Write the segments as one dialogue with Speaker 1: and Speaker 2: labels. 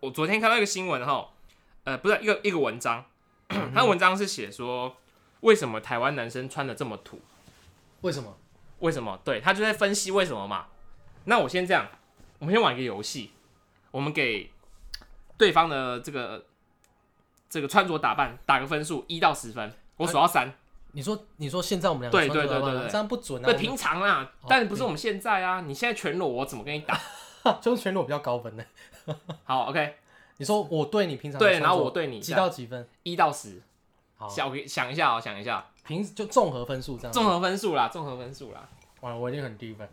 Speaker 1: 我昨天看到一个新闻哈，呃，不是一个一个文章， 他文章是写说为什么台湾男生穿的这么土，
Speaker 2: 为什么？
Speaker 1: 为什么？对他就在分析为什么嘛。那我先这样，我们先玩一个游戏，我们给对方的这个这个穿着打扮打个分数，一到十分，我数到三。
Speaker 2: 你说你说现在我们两个
Speaker 1: 对
Speaker 2: 穿
Speaker 1: 对
Speaker 2: 着
Speaker 1: 对
Speaker 2: 吗
Speaker 1: 对对
Speaker 2: 这样不准啊！
Speaker 1: 对，
Speaker 2: 啊我
Speaker 1: 平常啦
Speaker 2: 哦，
Speaker 1: 但不是我们现在啊，你现在全裸，我怎么跟你 打？
Speaker 2: 们就是全裸比较高分的。
Speaker 1: 好，OK，
Speaker 2: 你说我对你平常的
Speaker 1: 对，
Speaker 2: 穿
Speaker 1: 然后
Speaker 2: 着
Speaker 1: 我对你
Speaker 2: 几
Speaker 1: 这样
Speaker 2: 到几分？
Speaker 1: 一到十，
Speaker 2: 好，
Speaker 1: 想我给想一下哦，想一下，
Speaker 2: 平就综合分数这样。
Speaker 1: 综合分数啦，综合分数啦。
Speaker 2: 完了，我已经很低分，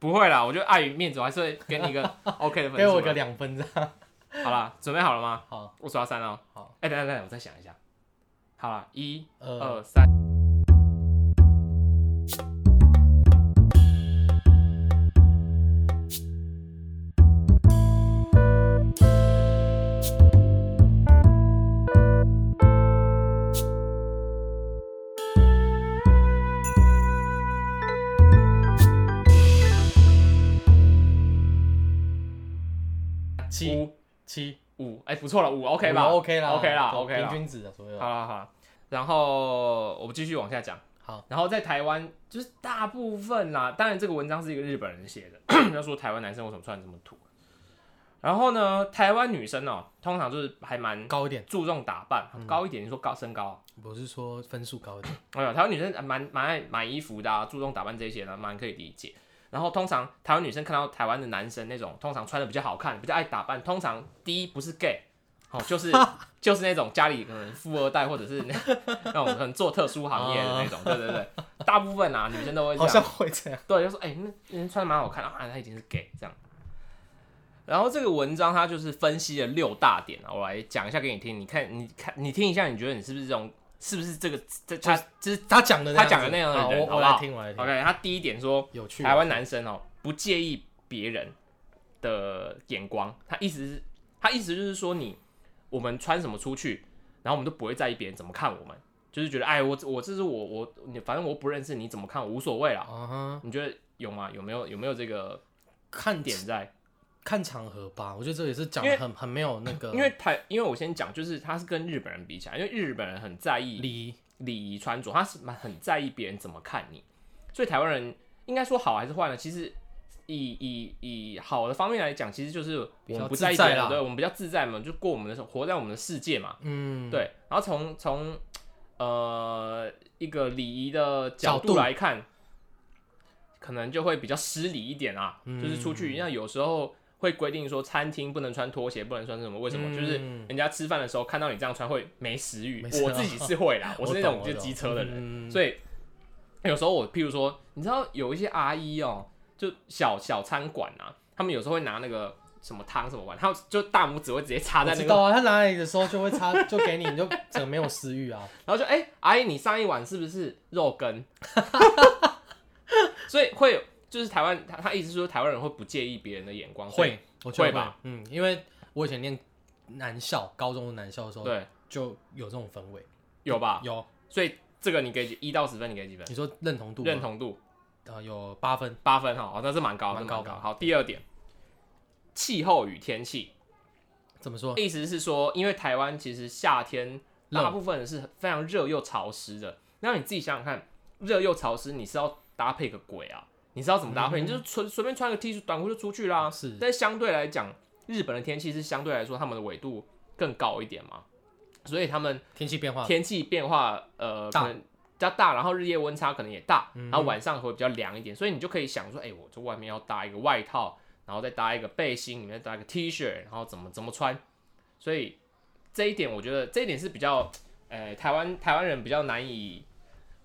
Speaker 1: 不会啦，我就碍于面子，我还是会给你一 个 OK 的分数啦。
Speaker 2: 给我个两分这样。
Speaker 1: 好啦，准备好了吗？
Speaker 2: 好，
Speaker 1: 我数到三哦。
Speaker 2: 好，
Speaker 1: 哎、等等等等，我再想一下。好啦，一、
Speaker 2: 呃，
Speaker 1: 二、三。
Speaker 2: 七
Speaker 1: 五
Speaker 2: 七
Speaker 1: 五，哎，不错了，五 OK 吧
Speaker 2: 我？OK 啦
Speaker 1: ，OK 啦
Speaker 2: 对
Speaker 1: ，OK 啦
Speaker 2: 平。均值啊的左右。
Speaker 1: 好了好了，然后我们继续往下讲。
Speaker 2: 好，
Speaker 1: 然后在台湾，就是大部分啦，当然这个文章是一个日本人写的， 他说台湾男生为什么穿得这么土。然后呢，台湾女生哦，通常就是还蛮
Speaker 2: 高一点，
Speaker 1: 注重打扮，
Speaker 2: 嗯
Speaker 1: 高一点，你说高身高啊，
Speaker 2: 我是说分数高一点。
Speaker 1: 哎呦，台湾女生还蛮蛮爱买衣服的、啊，注重打扮这些的，蛮可以理解。然后通常台湾女生看到台湾的男生那种，通常穿的比较好看，比较爱打扮，通常第一不是 gay，哦，就是 就是那种家里可能富二代或者是那那种可能做特殊行业的那种，对对对，大部分啊女生都会这
Speaker 2: 啊
Speaker 1: 样
Speaker 2: 好像，会这样。
Speaker 1: 对，就说哎、那那人穿的蛮好看的啊，他已经是 gay 这样。然后这个文章它就是分析了六大点啊，我来讲一下给你听，你看你看你听一下，你觉得你是不是这种，是不是这个这他
Speaker 2: 就是他讲的那
Speaker 1: 他
Speaker 2: 样子，
Speaker 1: 讲的那样的
Speaker 2: 好
Speaker 1: 人
Speaker 2: 我
Speaker 1: 好
Speaker 2: 我
Speaker 1: 不好
Speaker 2: 来听，我来听。
Speaker 1: OK，他第一点说，
Speaker 2: 有趣，
Speaker 1: 台湾男生哦不介意别人的眼光，他意思是，他意思就是说你我们穿什么出去，然后我们都不会在意别人怎么看我们，就是觉得哎我我这是我我你反正我不认识你怎么看我无所谓啦。
Speaker 2: 啊哈，
Speaker 1: 你觉得有吗？有没有有没有这个
Speaker 2: 看
Speaker 1: 点在？
Speaker 2: 看场合吧，我觉得这也是讲
Speaker 1: 因为
Speaker 2: 得很很没有那个
Speaker 1: 因为台，因为我先讲，就是他是跟日本人比起来，因为日本人很在意
Speaker 2: 礼仪，
Speaker 1: 礼仪穿着，他是蛮很在意别人怎么看你，所以台湾人应该说好还是坏呢？其实以以以好的方面来讲，其实就是我们不在意
Speaker 2: 比较
Speaker 1: 别
Speaker 2: 自在啦
Speaker 1: 人，对我们比较自在嘛，就过我们的生活在我们的世界嘛，
Speaker 2: 嗯，
Speaker 1: 对。然后从从呃一个礼仪的角
Speaker 2: 角
Speaker 1: 度
Speaker 2: 度
Speaker 1: 来看，可能就会比较失礼一点啊，就是出
Speaker 2: 嗯
Speaker 1: 去，像有时候。会规定说餐厅不能穿拖鞋，不能穿什么？为什么？
Speaker 2: 嗯
Speaker 1: 就是人家吃饭的时候看到你这样穿会没食欲。
Speaker 2: 没事啊
Speaker 1: 我自己是会 啦，我
Speaker 2: 我
Speaker 1: 是那
Speaker 2: 懂
Speaker 1: 种就
Speaker 2: 我懂
Speaker 1: 机车的人，
Speaker 2: 嗯
Speaker 1: 所以有时候我，譬如说，你知道有一些阿姨哦、就小小餐馆啊，他们有时候会拿那个什么汤什么碗，他们就大拇指会直接插在
Speaker 2: 我
Speaker 1: 那
Speaker 2: 知
Speaker 1: 个，
Speaker 2: 道啊，他拿你的时候就会擦，就给你，你就整个没有私欲啊。
Speaker 1: 然后就哎、阿姨，你上一碗是不是肉 羹？所以会有，就是台湾，他他意思是说台湾人会不介意别人的眼光，所以
Speaker 2: 会，我觉得
Speaker 1: 会吧，
Speaker 2: 嗯，因为我以前念男校，高中的男校的时候，
Speaker 1: 对，
Speaker 2: 就有这种氛围。
Speaker 1: 有吧？
Speaker 2: 有，
Speaker 1: 所以这个你给几一到十分，你给几分？
Speaker 2: 你说认同度啊吗，
Speaker 1: 认同度
Speaker 2: 呃有八分，
Speaker 1: 八分哈，哦，那是蛮高，那
Speaker 2: 蛮
Speaker 1: 是
Speaker 2: 高的
Speaker 1: 好，第二点，气候与天气。
Speaker 2: 怎么说？
Speaker 1: 意思是说，因为台湾其实夏天
Speaker 2: 热
Speaker 1: 大部分是非常热又潮湿的。那你自己想想看，热又潮湿，你是要搭配个鬼啊？你知道怎么搭配？你就是随随便穿个 T 恤短裤就出去啦。
Speaker 2: 是
Speaker 1: 但相啊对来讲，日本的天气是相对来说他们的纬度更高一点嘛，所以他们
Speaker 2: 天气变化，
Speaker 1: 天气变化呃
Speaker 2: 啊大嗯
Speaker 1: 可能比较大，然后日夜温差可能也大，然后晚上会比较凉一点，所以你就可以想说，哎、我这外面要搭一个外套，然后再搭一个背心，里面搭一个 T 恤，然后怎么怎么穿，所以这一点我觉得这一点是比较呃台湾台湾人比较难以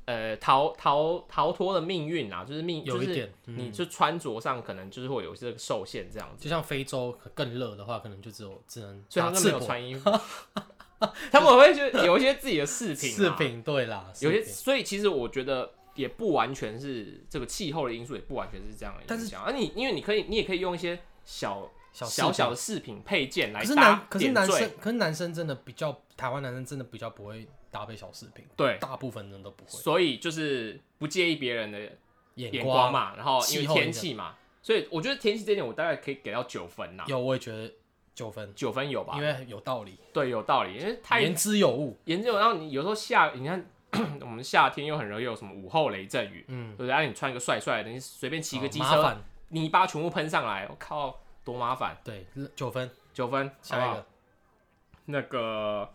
Speaker 1: 呃逃逃逃脱的命运啦，就是命
Speaker 2: 有一
Speaker 1: 就是
Speaker 2: 点，嗯
Speaker 1: 你就穿着上可能就是会有这个受限这样子，
Speaker 2: 就像非洲更热的话，可能就只有只能
Speaker 1: 所以他
Speaker 2: 打
Speaker 1: 们
Speaker 2: 赤
Speaker 1: 没有
Speaker 2: 膊
Speaker 1: 穿衣 服，他们会就有一些自己的饰品、啊，
Speaker 2: 饰品，对啦，
Speaker 1: 有些，
Speaker 2: 饰品
Speaker 1: 所以其实我觉得也不完全是这个气候的因素，也不完全是这样的
Speaker 2: 但
Speaker 1: 影
Speaker 2: 是
Speaker 1: 响。而、啊你因为你可以，你也可以用一些小
Speaker 2: 小饰
Speaker 1: 小
Speaker 2: 品
Speaker 1: 小的饰品配件来
Speaker 2: 可是
Speaker 1: 搭
Speaker 2: 男，可是
Speaker 1: 点
Speaker 2: 男
Speaker 1: 缀，
Speaker 2: 生，可是男生真的比较，台湾男生真的比较不会搭配小饰品，
Speaker 1: 对，
Speaker 2: 大部分人都不会。
Speaker 1: 所以就是不介意别人的眼光
Speaker 2: 光，
Speaker 1: 嘛，然后因为
Speaker 2: 气候
Speaker 1: 天
Speaker 2: 影响
Speaker 1: 气嘛，所以我觉得天气这点我大概可以给到九分呐、
Speaker 2: 有我也觉得九分，
Speaker 1: 九分有吧
Speaker 2: 因？为有道理，
Speaker 1: 对，有道理，因为太
Speaker 2: 言之有物。
Speaker 1: 炎热，然后你有时候夏，你看 我们夏天又很热，又有什么午后雷阵雨，
Speaker 2: 嗯
Speaker 1: 对不对？啊然后你穿个帅帅的，你随便骑个
Speaker 2: 哦
Speaker 1: 机
Speaker 2: 麻
Speaker 1: 车，
Speaker 2: 烦，
Speaker 1: 泥巴全部喷上来，我靠，多麻烦！
Speaker 2: 对，九分，
Speaker 1: 九分，
Speaker 2: 下一
Speaker 1: 好不好
Speaker 2: 个，
Speaker 1: 那个，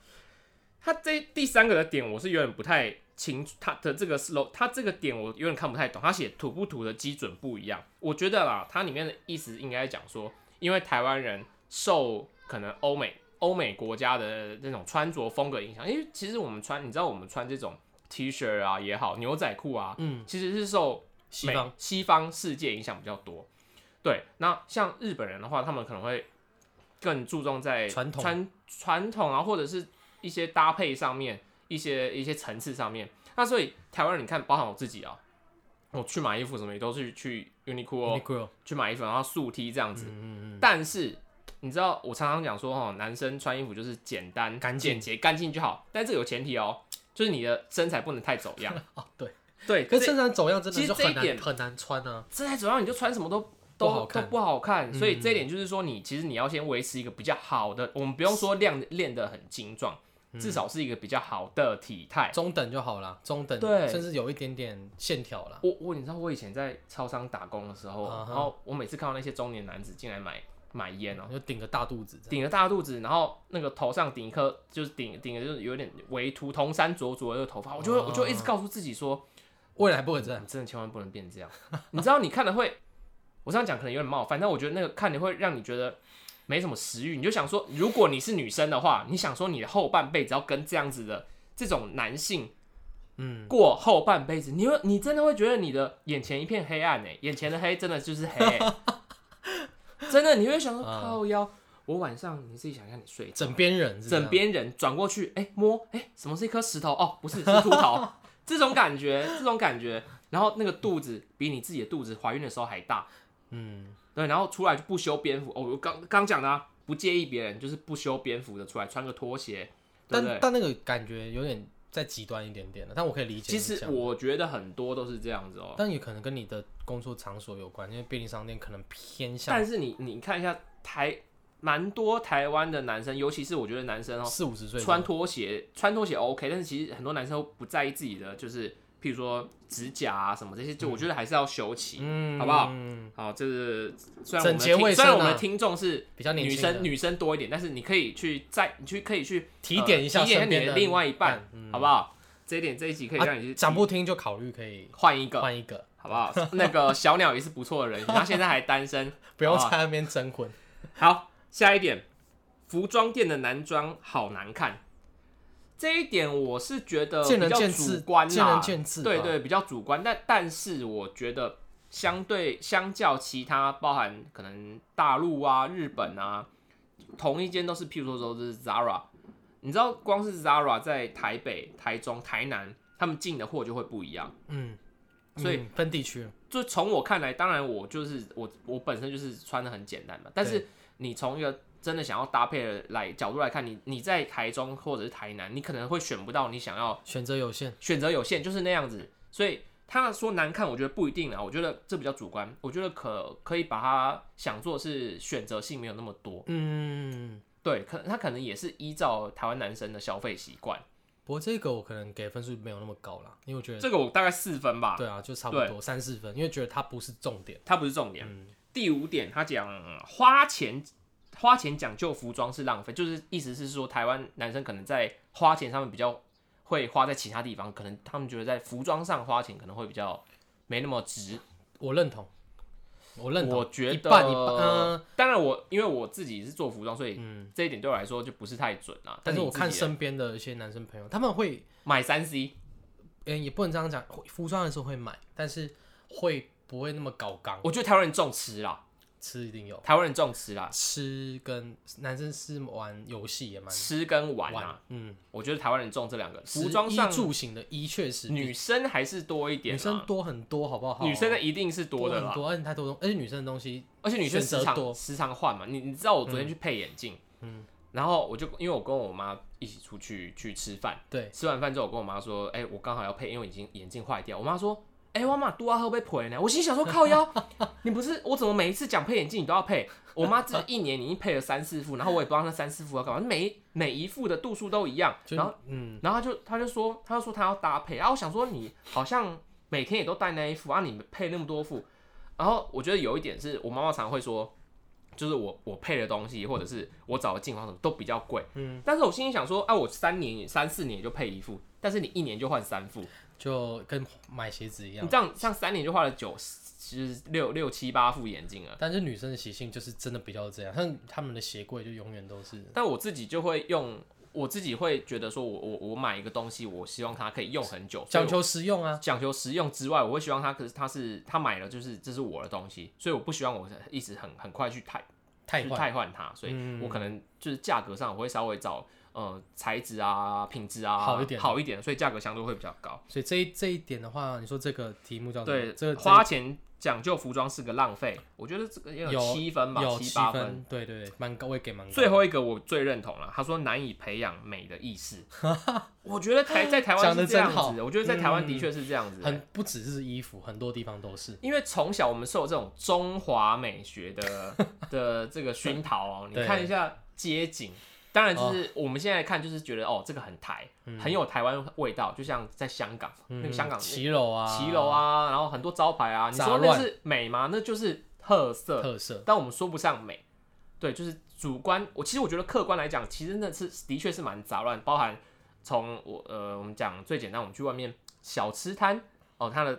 Speaker 1: 他这第三个的点我是有点不太清楚，他的这个 slow，他这个点我有点看不太懂。他写土不土的基准不一样，我觉得啦，它里面的意思应该讲说，因为台湾人受可能欧美欧美国家的那种穿着风格影响，因为其实我们穿，你知道我们穿这种 T 恤啊也好，牛仔裤啊，
Speaker 2: 嗯，
Speaker 1: 其实是受
Speaker 2: 西
Speaker 1: 美
Speaker 2: 方
Speaker 1: 西方世界影响比较多。对，那像日本人的话，他们可能会更注重在
Speaker 2: 传统
Speaker 1: 传传统啊，或者是一些搭配上面，一些一些层次上面。那所以台湾人，你看，包含我自己啊，我去买衣服什么也都是去 Uniqlo
Speaker 2: ，Uniqlo，
Speaker 1: 去买衣服，然后速梯这样子。
Speaker 2: 嗯嗯
Speaker 1: 但是你知道，我常常讲说，哦，男生穿衣服就是简单、
Speaker 2: 干净
Speaker 1: 简洁、干净就好。但这个有前提哦，就是你的身材不能太走样。
Speaker 2: 嗯， 哦对，
Speaker 1: 对，
Speaker 2: 可
Speaker 1: 这
Speaker 2: 是正常走样真
Speaker 1: 其实
Speaker 2: 的就
Speaker 1: 这一
Speaker 2: 很难
Speaker 1: 点
Speaker 2: 很难穿啊，
Speaker 1: 这在走上你就穿什么都都
Speaker 2: 不好看
Speaker 1: 都不好看。所以
Speaker 2: 嗯
Speaker 1: 这一点就是说你，其实你要先维持一个比较好的，我们不用说练练得很精壮，
Speaker 2: 嗯
Speaker 1: 至少是一个比较好的体态。
Speaker 2: 中等就好啦，中等，
Speaker 1: 对
Speaker 2: 甚至有一点点线条啦。
Speaker 1: 我我你知道我以前在超商打工的时候，
Speaker 2: 啊哈
Speaker 1: 然后我每次看到那些中年男子进来买买烟哦、
Speaker 2: 就顶个大肚子这样，
Speaker 1: 顶着大肚子，然后那个头上顶一颗，就是顶顶着就是有点微秃铜山灼灼的那个头发，我就会我
Speaker 2: 啊
Speaker 1: 就一直告诉自己说，
Speaker 2: 未来不会这样。
Speaker 1: 你真的千万不能变这样。你知道，你看了会，我这样讲可能有点冒犯，但我觉得那个看你会让你觉得没什么食欲，你就想说，如果你是女生的话，你想说你的后半辈子要跟这样子的这种男性，
Speaker 2: 嗯，
Speaker 1: 过后半辈子，你会你真的会觉得你的眼前一片黑暗呢、眼前的黑真的就是黑欸、 真的你会想说
Speaker 2: 嗯
Speaker 1: 靠腰，我晚上你自己想想你睡着。
Speaker 2: 枕边人是这样
Speaker 1: 枕边人转过去，哎、摸，哎、什么是一颗石头？哦，不是，是秃 头，这种感觉，这种感觉。然后那个肚子比你自己的肚子怀孕的时候还大，
Speaker 2: 嗯，
Speaker 1: 对，然后出来就不修边幅。哦，我刚刚讲的、啊，不介意别人，就是不修边幅的出来，穿个拖鞋，对不
Speaker 2: 但
Speaker 1: 对？
Speaker 2: 但那个感觉有点再极端一点点了，但我可以理解
Speaker 1: 其
Speaker 2: 你
Speaker 1: 实
Speaker 2: 讲的。
Speaker 1: 我觉得很多都是这样子哦。
Speaker 2: 但也可能跟你的工作场所有关，因为便利商店可能偏向
Speaker 1: 但是你你看一下台，蛮多台湾的男生，尤其是我觉得男生哦，
Speaker 2: 四五十岁
Speaker 1: 穿
Speaker 2: 的
Speaker 1: 拖鞋，穿拖鞋 OK，但是其实很多男生都不在意自己的，就是譬如说指甲啊什么这些，就我觉得还是要修齐。
Speaker 2: 嗯，
Speaker 1: 好不好
Speaker 2: 嗯，
Speaker 1: 好，这是虽然我们的
Speaker 2: 整洁卫
Speaker 1: 听虽
Speaker 2: 生啊
Speaker 1: 然我们的听众是
Speaker 2: 比较年
Speaker 1: 女
Speaker 2: 轻的
Speaker 1: 生，女生多一点，但是你可以去在你去可以去
Speaker 2: 提点一下
Speaker 1: 呃提点
Speaker 2: 身边
Speaker 1: 你
Speaker 2: 的
Speaker 1: 另外一半，
Speaker 2: 嗯
Speaker 1: 好不好？这一点这一集可以让你去
Speaker 2: 啊讲不听就考虑可以
Speaker 1: 换一个，
Speaker 2: 换一个，
Speaker 1: 好不好？ 那个小鸟也是不错的人，他现在还单身，
Speaker 2: 不用
Speaker 1: 好
Speaker 2: 在
Speaker 1: 啊
Speaker 2: 那边征婚。
Speaker 1: 好，下一点，服装店的男装好难看。这一点我是觉得
Speaker 2: 见仁
Speaker 1: 呃比较
Speaker 2: 见
Speaker 1: 主
Speaker 2: 智
Speaker 1: 观啦，
Speaker 2: 见仁见智哦
Speaker 1: 对
Speaker 2: 吧
Speaker 1: 对，比较主观。但但是我觉得相对相较其他，包含可能大陆啊、日本啊，同一间都是，譬如说都是 Zara，你知道光是 Zara 在台北、台中、台南，他们进的货就会不一样。
Speaker 2: 嗯，
Speaker 1: 所以
Speaker 2: 嗯分地区，
Speaker 1: 就从我看来，当然我就是我我本身就是穿的很简单嘛，但是你从一个真的想要搭配的来角度来看，你你在台中或者是台南，你可能会选不到你想要
Speaker 2: 选择有限。
Speaker 1: 选择有限，就是那样子。所以他说难看，我觉得不一定啊，我觉得这比较主观，我觉得可可以把它想做是选择性没有那么多，
Speaker 2: 嗯，
Speaker 1: 对，可他可能也是依照台湾男生的消费习惯，
Speaker 2: 不过这个我可能给分数没有那么高啦，因为我觉得
Speaker 1: 这个我大概四分吧，
Speaker 2: 对啊，就差不
Speaker 1: 对
Speaker 2: 多三四分，因为觉得它不是重点。
Speaker 1: 它不是重点。
Speaker 2: 嗯
Speaker 1: 第五点，他讲呃花钱花钱讲究服装是浪费，就是意思是说台湾男生可能在花钱上面比较会花在其他地方，可能他们觉得在服装上花钱可能会比较没那么值。
Speaker 2: 我认同，我认同，
Speaker 1: 我觉得
Speaker 2: 一半一半呃
Speaker 1: 当然我因为我自己是做服装，所以
Speaker 2: 嗯。
Speaker 1: 这一点对我来说就不是太准啦。
Speaker 2: 但是
Speaker 1: 你
Speaker 2: 我
Speaker 1: 自己
Speaker 2: 看
Speaker 1: 的
Speaker 2: 身边的一些男生朋友，他们会
Speaker 1: 买三 C，
Speaker 2: 嗯，也不能这样讲，服装的时候会买，但是会不会那么搞刚？
Speaker 1: 我觉得台湾人重吃啦，
Speaker 2: 吃一定有，
Speaker 1: 台湾人重吃啦，
Speaker 2: 吃跟男生是玩游戏也蛮
Speaker 1: 吃跟玩
Speaker 2: 玩
Speaker 1: 啊，，
Speaker 2: 嗯，
Speaker 1: 我觉得台湾人重这两个。服
Speaker 2: 食
Speaker 1: 装上
Speaker 2: 衣住行的衣确实比
Speaker 1: 女生还是多一点
Speaker 2: 女
Speaker 1: 啦，
Speaker 2: 生多很多，好不好？
Speaker 1: 女生的一定是多
Speaker 2: 多
Speaker 1: 的啦
Speaker 2: 很。多，而且太多东，而且女生的东西
Speaker 1: 而且女生时
Speaker 2: 选择多
Speaker 1: 常时常换嘛，你你知道我昨天去配眼镜，
Speaker 2: 嗯
Speaker 1: 然后我就因为我跟我妈一起出去去吃饭，
Speaker 2: 对，
Speaker 1: 吃完饭之后我跟我妈说，哎、我刚好要配，因为我眼睛眼镜坏掉，我妈说哎、我妈都要喝杯配呢。”我心想说：“靠腰， 你不是我怎么每一次讲配眼镜你都要配？我妈这一年已经配了三四副，然后我也不知道那三四副要干嘛，每一每一副的度数都一样。
Speaker 2: 就
Speaker 1: 然后
Speaker 2: 嗯，
Speaker 1: 然后他就他就说他就说他要搭配，然、后我想说你好像每天也都戴那一副啊，你配那么多副，然后我觉得有一点是我妈妈常会说，就是我我配的东西或者是我找的镜框什么都比较贵，嗯，但是我心里想说，啊，我三年三四年也就配一副，但是你一年就换三副，
Speaker 2: 就跟买鞋子一样
Speaker 1: 你。这样像三年就换了九十六六七八副眼镜了。
Speaker 2: 但是女生的习性就是真的比较这样，像他们的鞋柜就永远都是
Speaker 1: 但我自己就会用，我自己会觉得说我我我买一个东西，我希望它可以用很久，所以
Speaker 2: 讲求实用啊。
Speaker 1: 讲求实用之外，我会希望他，可是他是他买了，就是这是我的东西，所以我不希望我一直很很快去汰
Speaker 2: 太嗯
Speaker 1: 去
Speaker 2: 坏，
Speaker 1: 汰换它，所以我可能就是价格上我会稍微找呃材质啊、品质啊
Speaker 2: 好一点的
Speaker 1: 好一点，所以价格相对会比较高。
Speaker 2: 所以这一这一点的话，你说这个题目叫什么
Speaker 1: 对，
Speaker 2: 这个
Speaker 1: 花钱讲究服装是个浪费，我觉得这个也
Speaker 2: 有
Speaker 1: 七分吧，
Speaker 2: 有
Speaker 1: 七
Speaker 2: 七
Speaker 1: 八。
Speaker 2: 分，对对对，蛮高，我也给蛮高。
Speaker 1: 最后一个我最认同了，他说难以培养美的意 识，我觉得台在台湾
Speaker 2: 讲得
Speaker 1: 是这样
Speaker 2: 真好
Speaker 1: 子，我觉得在台湾
Speaker 2: 嗯
Speaker 1: 的确是这样子、
Speaker 2: 很不只是衣服，很多地方都是。
Speaker 1: 因为从小我们受这种中华美学 的的这个熏陶哦，你
Speaker 2: 对
Speaker 1: 看一下街景，当然就是我们现在看就是觉得哦，这个很台，
Speaker 2: 嗯
Speaker 1: 很有台湾味道，就像在香港那个香港
Speaker 2: 骑楼啊，
Speaker 1: 骑楼啊，然后很多招牌啊，你说
Speaker 2: 杂
Speaker 1: 那
Speaker 2: 乱
Speaker 1: 是美吗？那就是特色，
Speaker 2: 特色，
Speaker 1: 但我们说不上美，对，就是主观。我其实我觉得客观来讲，其实那是的确是蛮杂乱，包含从我呃，我们讲最简单，我们去外面小吃摊哦，它的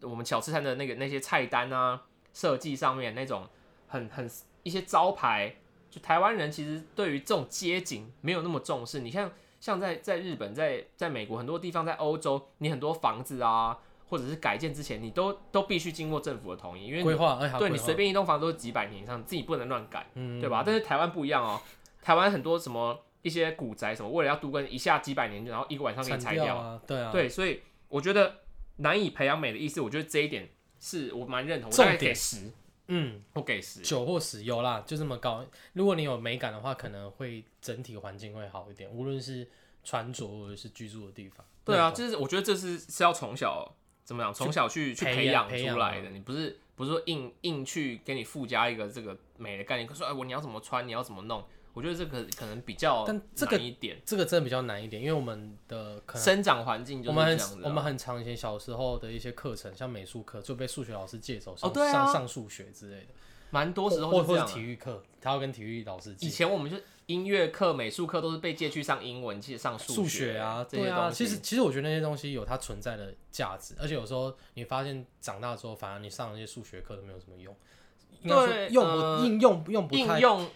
Speaker 1: 我们小吃摊的那个那些菜单啊，设计上面那种很很一些招牌，就台湾人其实对于这种街景没有那么重视。你像像在在日本、在在美国很多地方，在欧洲，你很多房子啊。或者是改建之前，你都都必须经过政府的同意，因为你
Speaker 2: 规划，哎，还有
Speaker 1: 对你
Speaker 2: 规划
Speaker 1: 随便一栋房都是几百年以上，你自己不能乱改，
Speaker 2: 嗯
Speaker 1: 对吧？但是台湾不一样哦，台湾很多什么一些古宅什么，为了要都跟一下几百年，然后一个晚上给你拆
Speaker 2: 铲掉啊，对啊，
Speaker 1: 对，所以我觉得难以培养美的意思，我觉得这一点是我蛮认同。我
Speaker 2: 重
Speaker 1: 大概给
Speaker 2: 点
Speaker 1: 十，
Speaker 2: 嗯，
Speaker 1: 我给十。
Speaker 2: 九或十有啦，就这么高。如果你有美感的话，可能会整体环境会好一点，无论是穿着或者是居住的地方。
Speaker 1: 对啊，
Speaker 2: 那种，
Speaker 1: 就是我觉得这是是要从小怎么讲，从小去去
Speaker 2: 培
Speaker 1: 培
Speaker 2: 养
Speaker 1: 养
Speaker 2: 培养
Speaker 1: 出来的。
Speaker 2: 啊
Speaker 1: 你不是不是说硬硬去给你附加一个这个美的概念，可是哎我你要怎么穿，你要怎么弄，我觉得这个可能比较
Speaker 2: 但这个
Speaker 1: 难一点。
Speaker 2: 这个真的比较难一点，因为我们的可能
Speaker 1: 生长环境就
Speaker 2: 嗯我
Speaker 1: 是这
Speaker 2: 们
Speaker 1: 样子
Speaker 2: 很
Speaker 1: 啊、
Speaker 2: 我们很长以前小时候的一些课程，像美术课就被数学老师借走上、
Speaker 1: 哦对啊
Speaker 2: 上上数学之类的，
Speaker 1: 蛮多时
Speaker 2: 或
Speaker 1: 候是这
Speaker 2: 或是
Speaker 1: 样、
Speaker 2: 体
Speaker 1: 啊。
Speaker 2: 育课，他要跟体育老师借
Speaker 1: 以。前我们就音乐课、美术课都是被借去上英文，去上
Speaker 2: 数
Speaker 1: 学
Speaker 2: 学啊，
Speaker 1: 这些
Speaker 2: 对
Speaker 1: 东
Speaker 2: 啊，
Speaker 1: 西。
Speaker 2: 其实其实我觉得那些东西有它存在的价值，而且有时候你发现长大之后，反而你上那些数学课都没有什么用，应该说
Speaker 1: 对
Speaker 2: 用不、
Speaker 1: 呃
Speaker 2: 应用用不
Speaker 1: 应
Speaker 2: 太
Speaker 1: 用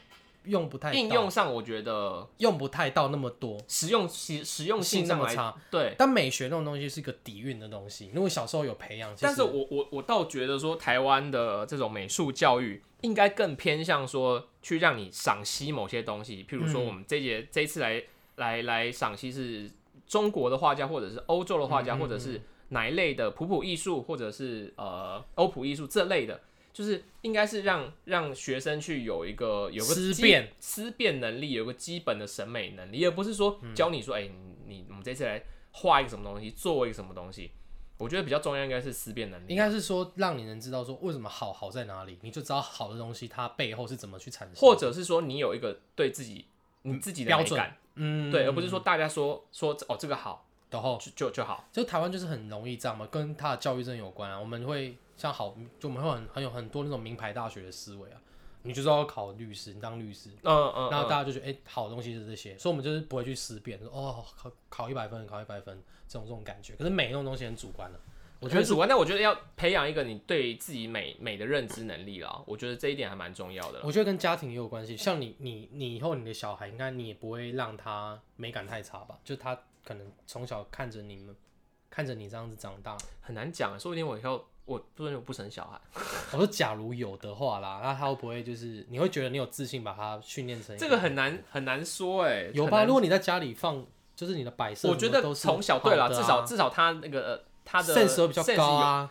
Speaker 2: 用不太到
Speaker 1: 应用上，我觉得
Speaker 2: 用不太到那么多，
Speaker 1: 实用实实用性
Speaker 2: 性那
Speaker 1: 上
Speaker 2: 么
Speaker 1: 来，
Speaker 2: 差。
Speaker 1: 对。
Speaker 2: 但美学那种东西是一个底蕴的东西，如果小时候有培养，其实
Speaker 1: 但是我我我倒觉得说，台湾的这种美术教育应该更偏向说，去让你赏析某些东西。譬如
Speaker 2: 嗯
Speaker 1: 说，我们这节、这一次来来来赏析是中国的画家，或者是欧洲的画家，
Speaker 2: 嗯嗯
Speaker 1: 或者是哪一类的普普艺术，或者是呃欧普艺术这类的，就是应该是让让学生去有一个有个
Speaker 2: 思
Speaker 1: 基
Speaker 2: 辨
Speaker 1: 思辨能力，有个基本的审美能力，而不是说
Speaker 2: 嗯
Speaker 1: 教你说，哎、你你我们这次来画一个什么东西，做一个什么东西。我觉得比较重要应该是思辨能力
Speaker 2: 应。该是说让你能知道说为什么好好在哪里，你就知道好的东西它背后是怎么去产生的，
Speaker 1: 或者是说你有一个对自己你自己的
Speaker 2: 标
Speaker 1: 美
Speaker 2: 准
Speaker 1: 感，
Speaker 2: 嗯
Speaker 1: 对，而不是说大家说说哦这个好
Speaker 2: 然后
Speaker 1: 就就就好，
Speaker 2: 就台湾就是很容易这样嘛，跟他的教育真的有关啊。我们会像好，就我们会很很有很多那种名牌大学的思维啊，你就是要考律师，你当律师，
Speaker 1: 嗯嗯，
Speaker 2: 然
Speaker 1: 嗯
Speaker 2: 后大家就觉得哎、好的东西就是这些，所以我们就是不会去思辨，说哦考考一百分，考一百分这种这种感觉。可是美那种东西很主观的、啊我觉得
Speaker 1: 很主观，但我觉得要培养一个你对自己美美的认知能力啦，我觉得这一点还蛮重要的啦。
Speaker 2: 我觉得跟家庭也有关系。像你你你以后你的小孩，应该你也不会让他美感太差吧？就他可能从小看着你们，看着你这样子长大，
Speaker 1: 很难讲，说不定我以后我不是我不生小孩，
Speaker 2: 我说，假如有的话啦，那他会不会就是你会觉得你有自信把他训练成一
Speaker 1: 这个很难很难说哎、
Speaker 2: 有
Speaker 1: 很
Speaker 2: 吧？
Speaker 1: 难
Speaker 2: 如果你在家里放，就是你的摆设什
Speaker 1: 我
Speaker 2: 么
Speaker 1: 觉
Speaker 2: 都是好的啊，啊
Speaker 1: 得从小对啦，至少至少他那个呃他的
Speaker 2: sense 会比较
Speaker 1: sense
Speaker 2: 高
Speaker 1: 有
Speaker 2: 啊。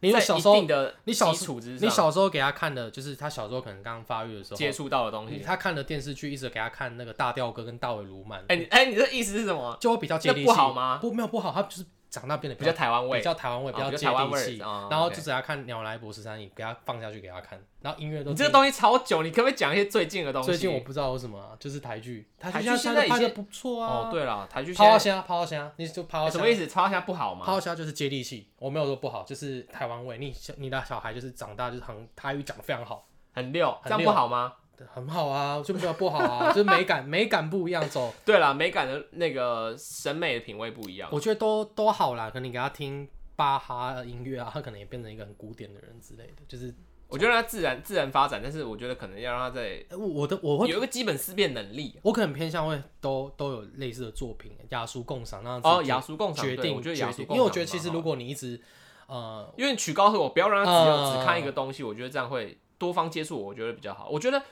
Speaker 2: 你有
Speaker 1: 在
Speaker 2: 小
Speaker 1: 一
Speaker 2: 时候
Speaker 1: 定，的
Speaker 2: 你小
Speaker 1: 基础之
Speaker 2: 你
Speaker 1: 上
Speaker 2: 小时候给他看的，就是他小时候可能刚发育的时候，
Speaker 1: 接触到的东
Speaker 2: 你
Speaker 1: 西。
Speaker 2: 他看的电视剧，一直给他看那个大吊哥跟大尾卢曼，
Speaker 1: 哎、你哎、你的意思是什么？
Speaker 2: 就会比较接地气。
Speaker 1: 那不好吗
Speaker 2: 不，没有不好，他就是长大变得
Speaker 1: 比
Speaker 2: 比
Speaker 1: 较
Speaker 2: 较
Speaker 1: 台湾味
Speaker 2: 比，较台湾味，
Speaker 1: 啊
Speaker 2: 较
Speaker 1: 比
Speaker 2: 接
Speaker 1: 较台湾
Speaker 2: 地
Speaker 1: 味
Speaker 2: 气。
Speaker 1: 儿啊
Speaker 2: 然后
Speaker 1: OK
Speaker 2: 就只要看鸟来博士山，你给他放下去给他看，然后音乐都
Speaker 1: 你这个
Speaker 2: 自己
Speaker 1: 东西超久，你可不可以讲一些最近的东西？
Speaker 2: 最近我不知道有什么、啊，就是台剧，台
Speaker 1: 台剧
Speaker 2: 现
Speaker 1: 现在
Speaker 2: 在
Speaker 1: 已
Speaker 2: 拍的
Speaker 1: 经
Speaker 2: 不错啊。
Speaker 1: 哦，，对了，台剧
Speaker 2: 抛到
Speaker 1: 现
Speaker 2: 虾，抛到虾，你就抛
Speaker 1: 在
Speaker 2: 到
Speaker 1: 什
Speaker 2: 虾
Speaker 1: 么意。思？超现在不好
Speaker 2: 抛
Speaker 1: 吗？
Speaker 2: 到虾就是接地气，我没有说不好，就是台湾味。你小你的小孩就是长大就是很台语讲的非常好，
Speaker 1: 很溜，这
Speaker 2: 很
Speaker 1: 样
Speaker 2: 溜
Speaker 1: 不好吗？
Speaker 2: 很好啊，就没有不好啊， 就是美感美感不一样走。
Speaker 1: 对了，美感的那个审美的品味不一样。
Speaker 2: 我觉得都都好啦，可能你给他听巴哈音乐啊，他可能也变成一个很古典的人之类的。就是
Speaker 1: 我觉得它自然自然发展，但是我觉得可能要让它在
Speaker 2: 呃我我的我会
Speaker 1: 有一个基本思辨能力。
Speaker 2: 我可能偏向会都都有类似的作品，雅俗共赏那样子
Speaker 1: 哦，雅俗共赏，
Speaker 2: 决
Speaker 1: 对
Speaker 2: 定
Speaker 1: 我觉得
Speaker 2: 决
Speaker 1: 雅
Speaker 2: 定
Speaker 1: 俗共
Speaker 2: 因
Speaker 1: 赏，
Speaker 2: 为我觉得其实如果你一直呃
Speaker 1: 因为曲高和我不要让他只有、
Speaker 2: 嗯
Speaker 1: 只看一个东西，我觉得这样会多方接触，我觉得比较好。我觉得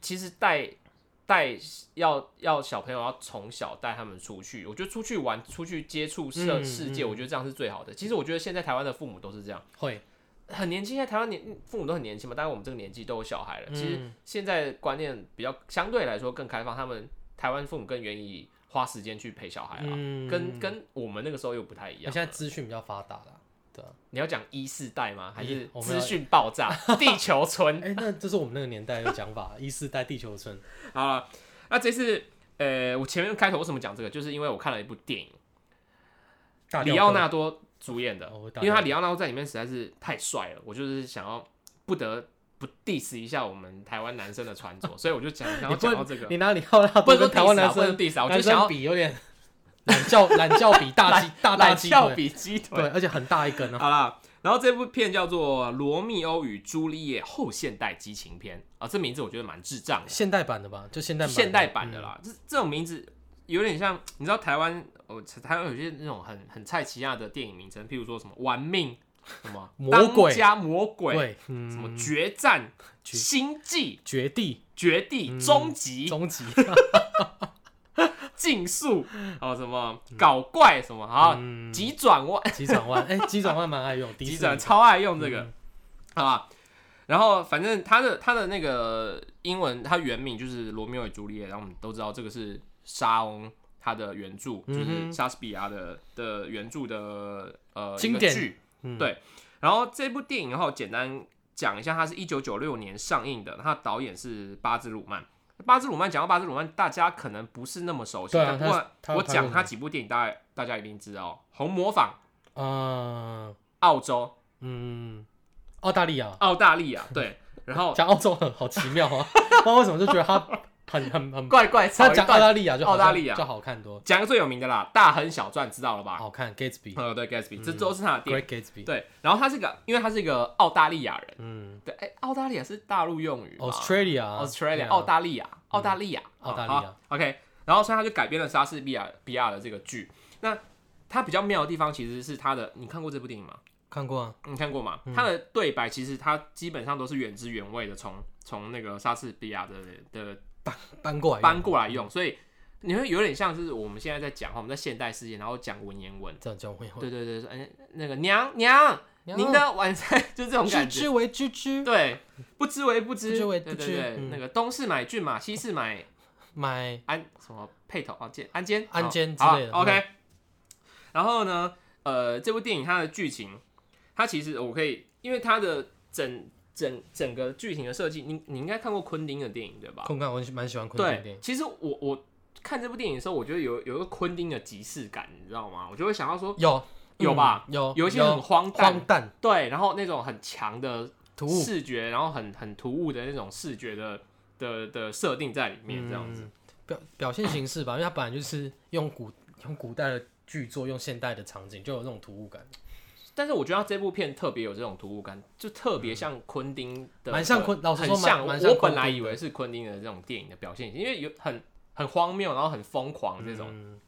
Speaker 1: 其实带带要要小朋友要从小带他们出去，我觉得出去玩、出去接触世
Speaker 2: 嗯
Speaker 1: 世界，
Speaker 2: 嗯
Speaker 1: 我觉得这样是最好的。其实我觉得现在台湾的父母都是这样，
Speaker 2: 会
Speaker 1: 很年轻，现在台湾年父母都很年轻嘛，当然我们这个年纪都有小孩了。
Speaker 2: 嗯
Speaker 1: 其实现在观念比较相对来说更开放，他们台湾父母更愿意花时间去陪小孩啊，
Speaker 2: 嗯
Speaker 1: 跟跟我们那个时候又不太一样
Speaker 2: 现
Speaker 1: 了。
Speaker 2: 在资讯比较发达啦，对啊。
Speaker 1: 你要讲一世代吗？还是
Speaker 2: 一我们
Speaker 1: 资
Speaker 2: 要
Speaker 1: 讯爆 炸、地球村？
Speaker 2: 哎、那这是我们那个年代的讲法，一四代地 球村。
Speaker 1: 好了，那这次呃，我前面开头为什么讲这个，就是因为我看了一部电影，里奥纳多主演的
Speaker 2: 哦我，大
Speaker 1: 因
Speaker 2: 概
Speaker 1: 为他里奥纳多在里面实在是太帅了，我就是想要不得不 diss 一下我们台湾男生的穿 着，所以我就讲想
Speaker 2: 你
Speaker 1: 要
Speaker 2: 不
Speaker 1: 讲
Speaker 2: 能
Speaker 1: 到这个，
Speaker 2: 你拿里奥纳
Speaker 1: 不
Speaker 2: 多
Speaker 1: 能说
Speaker 2: 跟台湾
Speaker 1: diss 啊
Speaker 2: 男
Speaker 1: 不能
Speaker 2: 生
Speaker 1: diss 啊，我就
Speaker 2: 男
Speaker 1: 想
Speaker 2: 生
Speaker 1: 要
Speaker 2: 比有点 懒觉懒觉比大鸡大大
Speaker 1: 懒
Speaker 2: 鸡
Speaker 1: 翘
Speaker 2: 腿，
Speaker 1: 比鸡腿
Speaker 2: 对，。而且很大一根啊。
Speaker 1: 好啦，然后这部片叫做《罗密欧与朱丽叶：后现代激情片》啊，这名字我觉得蛮智障的。
Speaker 2: 现代版的吧，就现代版的嗯
Speaker 1: 现代版的啦。这这种名字有点像，你知道台湾，哦，台湾有些那种很很菜奇亚的电影名称，譬如说什么《玩命》、什么
Speaker 2: 魔鬼
Speaker 1: 当家魔
Speaker 2: 嗯
Speaker 1: 鬼、
Speaker 2: 对，嗯，
Speaker 1: 什么决战、
Speaker 2: 决
Speaker 1: 星际、
Speaker 2: 绝地
Speaker 1: 绝地、终极、
Speaker 2: 终 极，
Speaker 1: 竞速， 还有什么搞怪什么啊，
Speaker 2: 嗯
Speaker 1: 急转弯，
Speaker 2: 急转弯，哎，急转弯蛮爱用，迪士
Speaker 1: 急
Speaker 2: 尼嗯
Speaker 1: 转超爱用这个，好吧？然后反正他的他的那个英文，他原名就是罗密欧与朱丽叶，然后我们都知道这个是莎翁他的原著，就
Speaker 2: 嗯
Speaker 1: 是
Speaker 2: 哼
Speaker 1: 莎士比亚的的原著的呃
Speaker 2: 经
Speaker 1: 一个
Speaker 2: 典
Speaker 1: 剧。
Speaker 2: 嗯
Speaker 1: 对然后这部电影然后简单讲一下，它是一九九六年上映的，它的导演是巴兹鲁曼。巴兹鲁曼讲到巴兹鲁曼，大家可能不是那么熟悉，
Speaker 2: 对啊
Speaker 1: 但不过
Speaker 2: 他他
Speaker 1: 我
Speaker 2: 拍过
Speaker 1: 讲
Speaker 2: 什
Speaker 1: 他
Speaker 2: 么
Speaker 1: 几部电影，大家大家一定知道，《红模仿》、
Speaker 2: 嗯
Speaker 1: 澳洲、
Speaker 2: 嗯，澳大利亚
Speaker 1: 澳大利亚，对，然后
Speaker 2: 讲澳洲很好奇妙 啊，不知道为什么就觉得他很很很，
Speaker 1: 怪怪
Speaker 2: 他
Speaker 1: 吵一
Speaker 2: 讲澳
Speaker 1: 段，
Speaker 2: 大利亚就好
Speaker 1: 澳大利亚
Speaker 2: 就好看多，
Speaker 1: 讲个最有名的啦，《大亨小传》知道了吧？
Speaker 2: 好看 Gatsby
Speaker 1: 呃，对，Gatsby，这都是他的电
Speaker 2: 哦嗯 Great
Speaker 1: 影。
Speaker 2: Gatsby，
Speaker 1: 对，然后他是个，因为他是一个澳大利亚人，
Speaker 2: 嗯
Speaker 1: 对，哎，澳大利亚是大陆用语吧
Speaker 2: ，Australia
Speaker 1: 啊 Australia，
Speaker 2: 对啊
Speaker 1: 澳大利亚，澳大利亚，
Speaker 2: 澳大利
Speaker 1: 好
Speaker 2: 亚
Speaker 1: 好 OK，然后所以他就改编了莎士比亚比亚的这个剧。那他比较妙的地方其实是他的，你看过这部电影吗？
Speaker 2: 看过啊，
Speaker 1: 你看过吗？他的对白其实他基本上都是原汁原味的，从从那个莎士比亚的的
Speaker 2: 搬过来
Speaker 1: 搬过来用，所以你会有点像是我们现在在讲，我们在现代世界，然后讲文言文。
Speaker 2: 这样讲会
Speaker 1: 对对对，说哎，那个娘娘，您的晚餐 就这种
Speaker 2: 知
Speaker 1: 感觉。
Speaker 2: 之为知之，
Speaker 1: 对，不知为不知，
Speaker 2: 不知为
Speaker 1: 对
Speaker 2: 不
Speaker 1: 对
Speaker 2: 知
Speaker 1: 对
Speaker 2: 嗯
Speaker 1: 那个东市买骏马，西市买
Speaker 2: 买
Speaker 1: 安什么配头啊，监安监
Speaker 2: 安监
Speaker 1: 好
Speaker 2: 之类的嗯
Speaker 1: 好 OK，然后呢，呃，这部电影它的剧情，它其实我可以，因为它的整整整个剧情的设计，你你应该看过昆汀的电影对吧？
Speaker 2: 空干，我蛮喜欢昆汀的电
Speaker 1: 对
Speaker 2: 影，，
Speaker 1: 其实我我看这部电影的时候，我觉得有有一个昆汀的即视感，你知道吗？我就会想到说，
Speaker 2: 有
Speaker 1: 有吧？
Speaker 2: 嗯哦有
Speaker 1: 有一些很荒诞，
Speaker 2: 荒诞
Speaker 1: 对，然后那种很强的
Speaker 2: 突兀，
Speaker 1: 视觉，然后很很突兀的那种视觉的的的设定在里面，这样子。
Speaker 2: 嗯表表现形式吧，因为它本来就是用古用古代的剧作，用现代的场景，就有那种突兀感，
Speaker 1: 但是我觉得他这部片特别有这种突兀感，就特别像昆汀的，
Speaker 2: 嗯蛮像昆老实
Speaker 1: 很
Speaker 2: 说蛮
Speaker 1: 像。
Speaker 2: 蛮像
Speaker 1: 我
Speaker 2: 昆
Speaker 1: 本来
Speaker 2: 汀
Speaker 1: 以为是昆汀的这种电影的表现，因为有很很荒谬，然后很疯狂这种。
Speaker 2: 嗯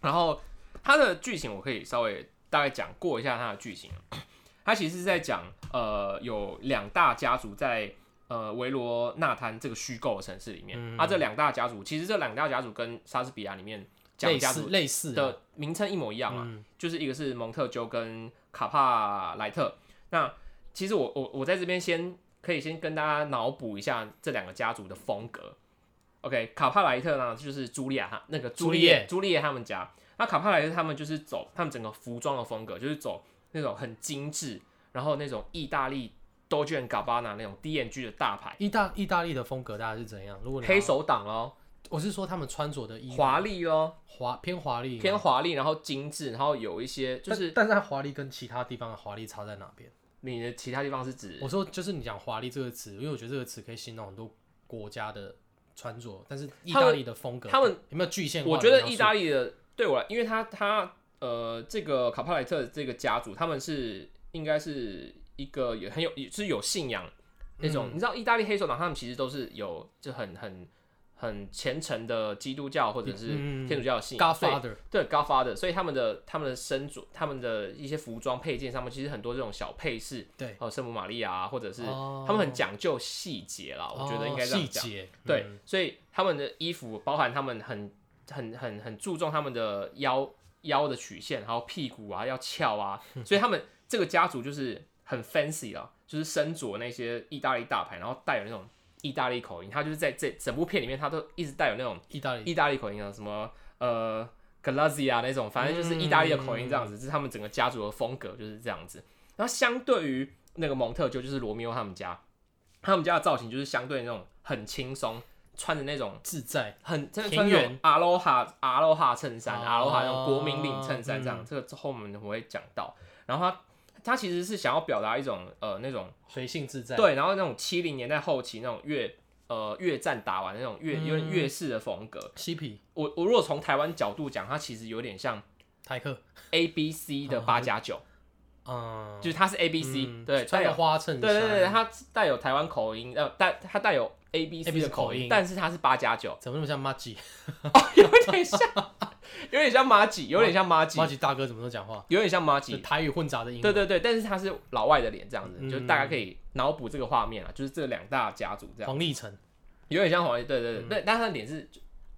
Speaker 1: 然后它的剧情我可以稍微大概讲过一下它的剧情。啊它其实是在讲，呃，有两大家族在呃维罗纳滩这个虚构的城市里面。
Speaker 2: 嗯
Speaker 1: 啊，这两大家族其实这两大家族跟莎士比亚里面讲的
Speaker 2: 类
Speaker 1: 家
Speaker 2: 似
Speaker 1: 族
Speaker 2: 类似啊
Speaker 1: 的名称一模一样啊，
Speaker 2: 嗯
Speaker 1: 就是一个是蒙特鸠跟卡帕莱特。那其实我我我在这边先可以先跟大家脑补一下这两个家族的风格。 OK，卡帕莱特呢，就是茱莉亚她那个
Speaker 2: 朱
Speaker 1: 茱
Speaker 2: 丽
Speaker 1: 丽叶
Speaker 2: 叶
Speaker 1: 茱丽叶他们家。那卡帕莱特他们就是走他们整个服装的风格，就是走那种很精致，然后那种意大利 Dolce Gabbana 那种 D&G 的大牌，
Speaker 2: 意大意大利的风格大概是怎样？如果你要
Speaker 1: 黑，手党哦，
Speaker 2: 我是说他们穿着的衣服
Speaker 1: 华丽哦，
Speaker 2: 华偏华丽吗，
Speaker 1: 偏华丽，然后精致，然后有一些就是
Speaker 2: 但，但是它华丽跟其他地方的华丽差在哪边？
Speaker 1: 你的其他地方是指
Speaker 2: 我说就是你讲华丽这个词，因为我觉得这个词可以形容很多国家的穿着，但是意大利的风格，
Speaker 1: 他们
Speaker 2: 有没有局限化
Speaker 1: 我
Speaker 2: 的
Speaker 1: 觉
Speaker 2: 描述？
Speaker 1: 得意大利的对我来，因为他他呃，这个卡帕莱特这个家族，他们是应该是一个也很有，也是有信仰那种。
Speaker 2: 嗯
Speaker 1: 你知道，意大利黑手党他们其实都是有就很很很虔诚的基督教或者是
Speaker 2: 嗯嗯嗯
Speaker 1: 天主教的信仰，所以
Speaker 2: Godfather
Speaker 1: 对 Godfather，所以他们的他们的身着、他们的一些服装配件上面，其实很多这种小配饰，
Speaker 2: 对，
Speaker 1: 还有圣母玛利亚啊，或者是
Speaker 2: 哦
Speaker 1: 他们很讲究细节啦，我觉得应该这样
Speaker 2: 细
Speaker 1: 讲。
Speaker 2: 节嗯
Speaker 1: 对，所以他们的衣服包含他们很很很很注重他们的腰腰的曲线，还有屁股啊要翘啊，所以他们这个家族就是很 fancy 啊，就是身着那些意大利大牌，然后带有那种意大利口音，他就是在这整部片里面，他都一直带有那种
Speaker 2: 意大利
Speaker 1: 意大利口音啊，什么呃 g a l a z i a 那种，反正就是意大利的口音这
Speaker 2: 嗯
Speaker 1: 样子，这是他们整个家族的风格就是这样子。然后相对于那个蒙特鸠，就是罗密欧他们家，他们家的造型就是相对那种很轻松，穿着那种
Speaker 2: 自在，
Speaker 1: 很真的
Speaker 2: 田
Speaker 1: 穿那种
Speaker 2: 园
Speaker 1: 阿罗哈阿罗哈衬衫，
Speaker 2: 哦
Speaker 1: 阿罗哈那种国民领衬衫这样，
Speaker 2: 嗯
Speaker 1: 这个后面我会讲到。然后他他其实是想要表达一种呃那种
Speaker 2: 随性自在，
Speaker 1: 对，然后那种七零年代后期那种越呃越战打完的那种越有点
Speaker 2: 嗯
Speaker 1: 越式的风格，
Speaker 2: 嬉皮
Speaker 1: 我我如果从台湾角度讲，它其实有点像
Speaker 2: 台客，
Speaker 1: A B C 的八加九，
Speaker 2: 嗯，
Speaker 1: 就是它是 A B C，、
Speaker 2: 哦嗯
Speaker 1: 对，带
Speaker 2: 穿
Speaker 1: 有
Speaker 2: 个花衬衫，
Speaker 1: 对对对，它带有台湾口音，呃，带它带有 A B C
Speaker 2: ABC
Speaker 1: 的口
Speaker 2: 口
Speaker 1: 音
Speaker 2: 音，
Speaker 1: 但是它是八加九，
Speaker 2: 怎么那么像 m a g i
Speaker 1: 有点像，有点像马吉，有点像马吉
Speaker 2: m a，g i 大哥怎么都讲话，
Speaker 1: 有点像马
Speaker 2: 就
Speaker 1: 吉，
Speaker 2: 台语混杂的英
Speaker 1: 对
Speaker 2: 文，
Speaker 1: 对对，但是它是老外的脸这样子，
Speaker 2: 嗯
Speaker 1: 就是大家可以脑补这个画面啊，就是这两大家族这样，
Speaker 2: 黄嗯立成，
Speaker 1: 有点像黄爷，对对对，但但他的脸是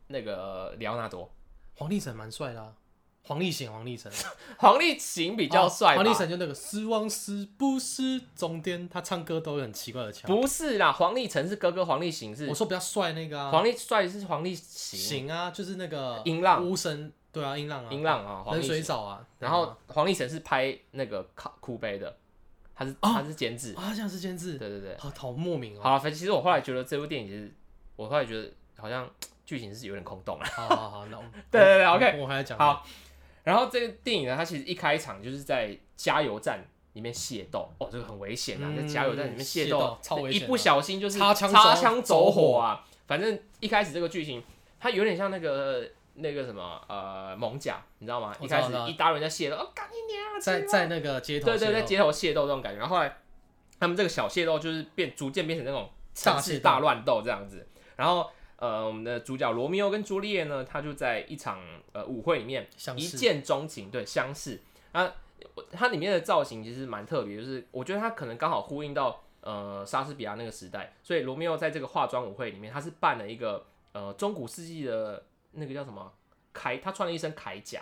Speaker 1: 那个里奥纳多，
Speaker 2: 黄立成蛮帅的啊，黄立行，黄立成。
Speaker 1: 黄立行比较帅吧，
Speaker 2: 哦黄立成就那个失望是不是终点？他唱歌都有很奇怪的腔。
Speaker 1: 不是啦，黄立成是哥哥，黄立行是
Speaker 2: 我说比较帅那个啊，
Speaker 1: 黄立帅是黄立行，
Speaker 2: 行啊，就是那个
Speaker 1: 音浪
Speaker 2: 乌神，对啊，音浪啊，
Speaker 1: 音浪啊，黄
Speaker 2: 冷
Speaker 1: 立
Speaker 2: 水
Speaker 1: 行。
Speaker 2: 澡啊，
Speaker 1: 然后黄立成是拍那个卡酷杯的，他
Speaker 2: 哦
Speaker 1: 是他是监制，
Speaker 2: 啊，像是监制
Speaker 1: 对，对对。
Speaker 2: 好好莫名哦。
Speaker 1: 好了，反正其实我后来觉得这部电影其实，我后来觉得好像剧情是有点空洞啊了。
Speaker 2: 好好好，那我
Speaker 1: 对对对，OK。
Speaker 2: 我还要讲嗯
Speaker 1: 好 然后这个电影呢，它其实一开场就是在加油站里面械斗，哦，这个很危险啊，
Speaker 2: 嗯
Speaker 1: 在加油站里面械
Speaker 2: 械斗超危
Speaker 1: 一
Speaker 2: 险的啊
Speaker 1: 不小心就是
Speaker 2: 擦枪走
Speaker 1: 擦枪走火啊。反正一开始这个剧情，它有点像那个那个什么呃猛甲，你知道吗？
Speaker 2: 我
Speaker 1: 一
Speaker 2: 知道
Speaker 1: 开始
Speaker 2: 我知道
Speaker 1: 一大堆人在械斗，哦，干你娘啊！
Speaker 2: 在
Speaker 1: 吃啊
Speaker 2: 在那个街头，
Speaker 1: 对对，在
Speaker 2: 街
Speaker 1: 街头械斗这种感觉。然后后来他们这个小械斗就是变逐渐变成那种
Speaker 2: 大
Speaker 1: 城市
Speaker 2: 械斗
Speaker 1: 大乱斗这样子。然后呃，我们的主角罗密欧跟朱丽叶呢，他就在一场呃舞会里面
Speaker 2: 相
Speaker 1: 一
Speaker 2: 似
Speaker 1: 见钟情，对，相似。啊，我它里面的造型其实蛮特别，就是我觉得它可能刚好呼应到呃莎士比亚那个时代，所以罗密欧在这个化妆舞会里面，他是扮了一个呃中古世纪的那个叫什么铠，他穿了一身铠甲，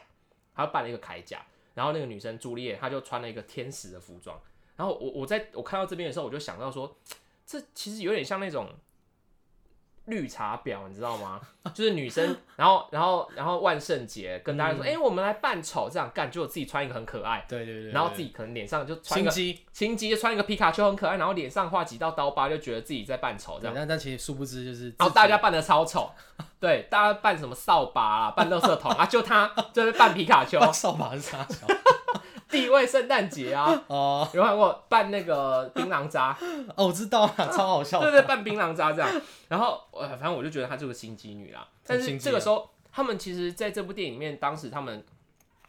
Speaker 1: 他扮了一个铠甲，然后那个女生朱丽叶，她就穿了一个天使的服装，然后我我在我看到这边的时候，我就想到说，这其实有点像那种。绿茶婊，你知道吗？就是女生，然后，然后，然后万圣节跟大家
Speaker 2: 嗯
Speaker 1: 说，哎、我们来扮丑，这样干，结果自己穿一个很可爱，
Speaker 2: 对对对，
Speaker 1: 然后
Speaker 2: 对
Speaker 1: 自己可能脸上就穿一
Speaker 2: 心
Speaker 1: 个
Speaker 2: 机，
Speaker 1: 心机，穿一个皮卡丘很可爱，然后脸上画几道刀疤，就觉得自己在扮丑这
Speaker 2: 对
Speaker 1: 样，
Speaker 2: 但但其实殊不知就是自己，
Speaker 1: 然后 大家扮的超丑，对，大家扮什么扫把啊，扮垃圾桶啊，就他就是扮皮卡丘，
Speaker 2: 把扫把是啥小
Speaker 1: 地位圣诞节啊，
Speaker 2: 哦
Speaker 1: 有没有看过扮那个槟榔渣，
Speaker 2: 哦，我知道 了，超好笑
Speaker 1: 对
Speaker 2: 的，
Speaker 1: 对，扮槟榔渣这样。然后，呃，反正我就觉得她是个心机女啦。但是
Speaker 2: 心机
Speaker 1: 这个
Speaker 2: 啊
Speaker 1: 时候，他们其实在这部电影里面，当时他们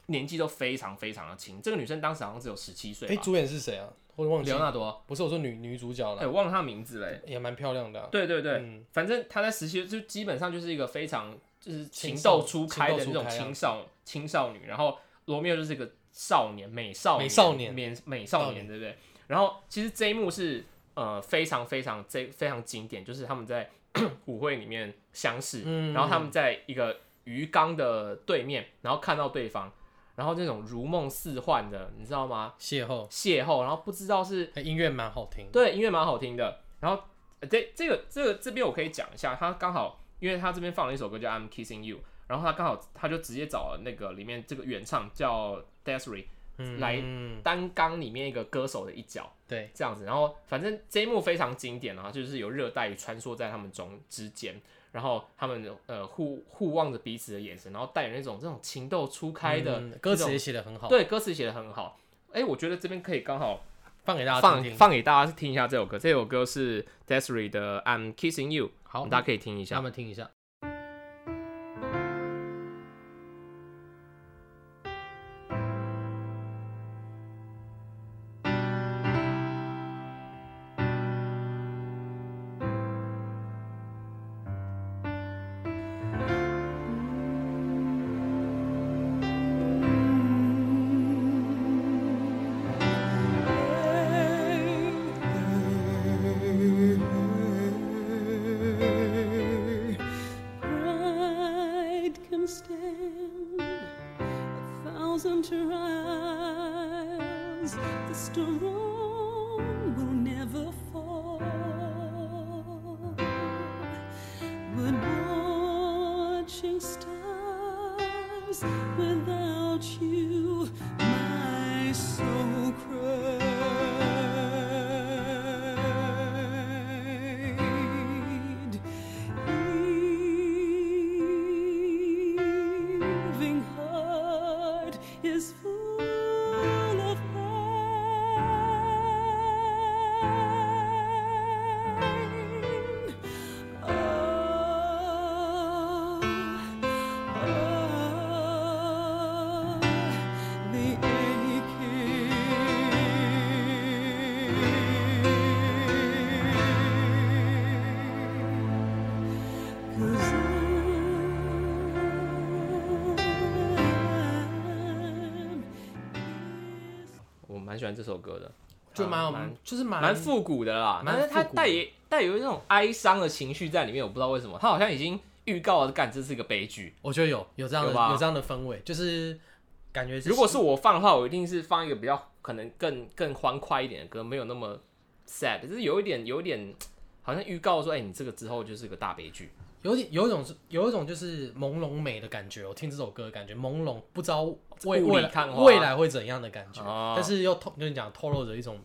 Speaker 1: 年纪都非常非常的轻。这个女生当时好像只有十七岁
Speaker 2: 哎，
Speaker 1: 吧，
Speaker 2: 主演是谁啊？我忘记
Speaker 1: 刘
Speaker 2: 了，
Speaker 1: 纳多，
Speaker 2: 不是我说女女主角
Speaker 1: 哎、
Speaker 2: 了，
Speaker 1: 我忘了她名字嘞。
Speaker 2: 也蛮漂亮的啊。
Speaker 1: 对对对，
Speaker 2: 嗯
Speaker 1: 反正她在十七就基本上就是一个非常就是情
Speaker 2: 青
Speaker 1: 窦
Speaker 2: 少
Speaker 1: 初开的
Speaker 2: 情
Speaker 1: 那
Speaker 2: 窦初
Speaker 1: 种
Speaker 2: 开啊
Speaker 1: 青少青少女，然后罗密欧就是一个少年美少
Speaker 2: 美
Speaker 1: 年
Speaker 2: 少年
Speaker 1: 美美少
Speaker 2: 少
Speaker 1: 年，
Speaker 2: 年
Speaker 1: 对不对？然后其实这一幕是呃非常非常这非常经典，就是他们在 舞会里面相识，
Speaker 2: 嗯
Speaker 1: 然后他们在一个鱼缸的对面，然后看到对方，然后那种如梦似幻的，你知道吗？
Speaker 2: 邂逅，
Speaker 1: 邂逅，然后不知道是
Speaker 2: 哎音乐蛮好听的。
Speaker 1: 对，音乐蛮好听的。然后呃这这个这个这边我可以讲一下，它刚好因为他这边放了一首歌叫《I'm Kissing You》，然后他刚好他就直接找了那个里面这个原唱叫 Desiree
Speaker 2: 嗯
Speaker 1: 来
Speaker 2: 嗯
Speaker 1: 单纲里面一个歌手的一角
Speaker 2: 对，
Speaker 1: 这样子，然后反正这一幕非常经典啊，就是有热带鱼穿梭在他们中之间，然后他们呃互互望着彼此的眼神，然后带有那种这种情窦初开的、
Speaker 2: 嗯歌词
Speaker 1: 那
Speaker 2: 也
Speaker 1: 种，
Speaker 2: 写的很好，
Speaker 1: 对歌词写的很好。哎、我觉得这边可以刚好
Speaker 2: 放给大家
Speaker 1: 放
Speaker 2: 听听。
Speaker 1: 放给大家听一下这首歌，这首歌是 Desiree 的《I'm Kissing You》，
Speaker 2: 好，
Speaker 1: 大家可以听一
Speaker 2: 那
Speaker 1: 下
Speaker 2: 我。们听一下。
Speaker 3: Pride can stand a thousand trials. The strong will never fall. But watching stars without you, my soul cried. Heaving heart is full of pain. Ah, ah, the aching. 'Cause I'm is
Speaker 1: 我蛮喜欢这首歌的，
Speaker 2: 就蛮好
Speaker 1: 蛮，
Speaker 2: 就是蛮
Speaker 1: 蛮复古的啦，
Speaker 2: 蛮
Speaker 1: 但是它
Speaker 2: 复古
Speaker 1: 带也带有一种哀伤的情绪在里面，我不知道为什么，它好像已经预告了，干这是一个悲剧。
Speaker 2: 我觉得有有这样的
Speaker 1: 有吧
Speaker 2: 有这样的氛围，就是感觉
Speaker 1: 如果是我放的话，我一定是放一个比较可能更更欢快一点的歌，没有那么 sad，就是有一点有一点好像预告说，哎、你这个之后就是个大悲剧。
Speaker 2: 有点有一种是有一种就是朦胧美的感觉，我听这首歌的感觉朦胧，不知道未
Speaker 1: 雾
Speaker 2: 未
Speaker 1: 里看
Speaker 2: 来
Speaker 1: 花
Speaker 2: 未来会怎样的感觉，
Speaker 1: 哦
Speaker 2: 但是又透跟你讲透露着一种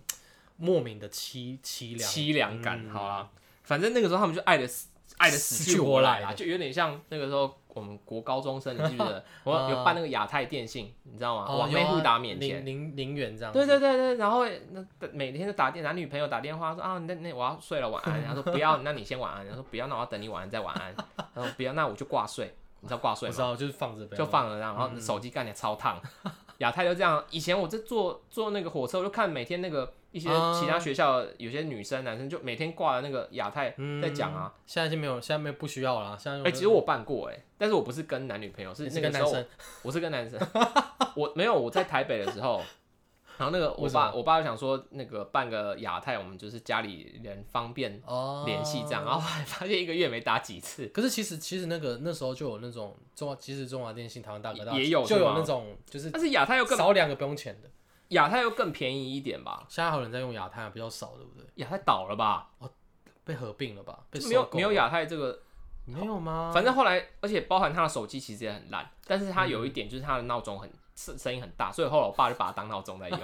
Speaker 2: 莫名的凄凄凉。嗯
Speaker 1: 凄凉感。好啦，反正那个时候他们就爱的死，爱的死
Speaker 2: 死去
Speaker 1: 去
Speaker 2: 活
Speaker 1: 活来
Speaker 2: 来
Speaker 1: 啦，
Speaker 2: 的
Speaker 1: 就有点像那个时候我们国高中生，你记不 记得？我有办那个亚太电信，你知道吗？
Speaker 2: 哦
Speaker 1: 往
Speaker 2: 有
Speaker 1: 妹
Speaker 2: 啊
Speaker 1: 互打免钱
Speaker 2: 零。零零元这样子。
Speaker 1: 对对对对，然后那每天都打电，男女朋友打电话说啊，那那我要睡了，晚 安。然后说不要，那你先晚安。然后说不要，那我要等你晚安再晚安。然后不要，那我就挂睡。你知道挂睡
Speaker 2: 我
Speaker 1: 吗
Speaker 2: 知？道，就是放着呗，
Speaker 1: 就放了，然后手机干起来超 烫。亚太就这样，以前我这坐坐那个火车，我就看每天那个一些
Speaker 2: 啊
Speaker 1: 其他学校有些女生男生就每天挂了那个亚太
Speaker 2: 嗯
Speaker 1: 在讲啊。。
Speaker 2: 现在就没有，现在没有不需要啦。现在
Speaker 1: 哎、
Speaker 2: 哎，
Speaker 1: 其实我办过哎、但是我不是跟男女朋友，是
Speaker 2: 你
Speaker 1: 那
Speaker 2: 是
Speaker 1: 个
Speaker 2: 跟
Speaker 1: 时
Speaker 2: 男
Speaker 1: 候
Speaker 2: 生，
Speaker 1: 我是跟男 生，我没有我在台北的时候，然后那个我
Speaker 2: 为什么
Speaker 1: 爸我爸就想说那个办个亚太，我们就是家里人方便
Speaker 2: 哦
Speaker 1: 联系这样，啊然后还发现一个月没打几次，
Speaker 2: 可是其实其实那个那时候就有那种中华，其实中华电信、台湾大哥大
Speaker 1: 也有
Speaker 2: 就是有
Speaker 1: 吗
Speaker 2: 那种就是
Speaker 1: 但是亚太又更
Speaker 2: 少两个不用钱的。
Speaker 1: 亚太又更便宜一点吧，
Speaker 2: 现在还有人在用亚太啊，比较少，对不对？
Speaker 1: 亚太倒了吧，
Speaker 2: 被合并了啊吧？被收
Speaker 1: 没有
Speaker 2: 购
Speaker 1: 没有亚太这个
Speaker 2: 没有吗？
Speaker 1: 反正后来，而且包含他的手机其实也很烂，但是他有
Speaker 2: 嗯
Speaker 1: 一点就是他的闹钟很声声音很大，所以后来我爸就把它当闹钟 在用，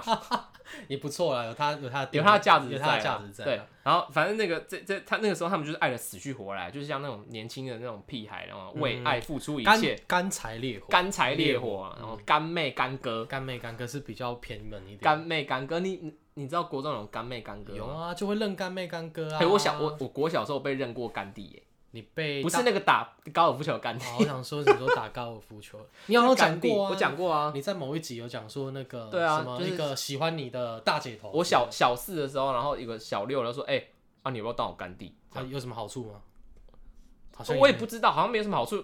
Speaker 2: 也不错啦，有它有它的定
Speaker 1: 有
Speaker 2: 位
Speaker 1: 它的价值
Speaker 2: 有
Speaker 1: 在
Speaker 2: 它
Speaker 1: 啊，
Speaker 2: 的价值在啊。
Speaker 1: 对，然后反正那个这这他那个时候他们就是爱的死去活来，就是像那种年轻的那种屁孩，然后为爱付出一切，
Speaker 2: 干干柴烈火，
Speaker 1: 干柴烈火，啊然后干妹干哥，
Speaker 2: 干妹干哥是比较偏门一点。
Speaker 1: 干妹干哥，你你你知道国中有干妹干哥
Speaker 2: 有
Speaker 1: 吗？
Speaker 2: 啊，就会认干妹干哥啊。
Speaker 1: 哎，我小我我国小时候被认过干弟耶，
Speaker 2: 你被
Speaker 1: 不是
Speaker 2: 大
Speaker 1: 那个打高尔夫球的 干弟，
Speaker 2: 哦我想说，你说打高尔 夫球，你好像
Speaker 1: 干
Speaker 2: 讲
Speaker 1: 弟
Speaker 2: 过啊，
Speaker 1: 我讲过啊，
Speaker 2: 你在某一集有讲说那个
Speaker 1: 对啊
Speaker 2: 什么
Speaker 1: 就是
Speaker 2: 一个喜欢你的大姐头，
Speaker 1: 我小小四的时候，然后有个小六，然后说：“哎、啊，你要不要当我干弟
Speaker 2: 啊有什么好处吗？？”好像
Speaker 1: 我也不知道，好像没有什么好处。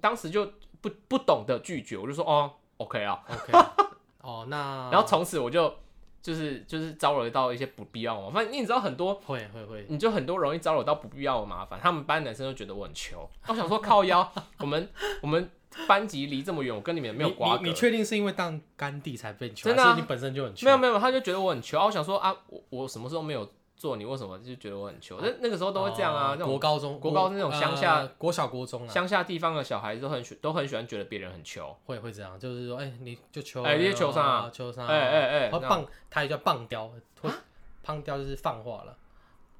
Speaker 1: 当时就不不懂得拒绝，我就说：“哦，OK 啊。
Speaker 2: OK 哦，那
Speaker 1: 然后从此我就就是就是招惹到一些不必要的麻烦，因为你知道很多，
Speaker 2: 会会会，
Speaker 1: 你就很多容易招惹到不必要的麻烦。他们班男生就觉得我很穷，我想说靠腰，我们我们班级离这么远，我跟你们也没有
Speaker 2: 你
Speaker 1: 瓜葛
Speaker 2: 你你。确定是因为当干弟才被球，
Speaker 1: 真的啊
Speaker 2: 还是你本身就很穷？
Speaker 1: 没有没有，他就觉得我很穷。啊我想说啊，我我什么时候没有做你为什么就觉得我很穷？那那个时候都会这样啊，
Speaker 2: 哦
Speaker 1: 那
Speaker 2: 啊国
Speaker 1: 种
Speaker 2: 高中
Speaker 1: 国高那种乡下
Speaker 2: 呃国小国中啊，
Speaker 1: 乡下地方的小孩都很喜都很喜欢觉得别人很穷，
Speaker 2: 会会这样，就是说，哎、你就求，
Speaker 1: 哎你就求上啊
Speaker 2: 求上
Speaker 1: 哎
Speaker 2: 啊，
Speaker 1: 哎哎，
Speaker 2: 然后
Speaker 1: 那
Speaker 2: 棒，他也叫棒雕，会棒雕就是放话了，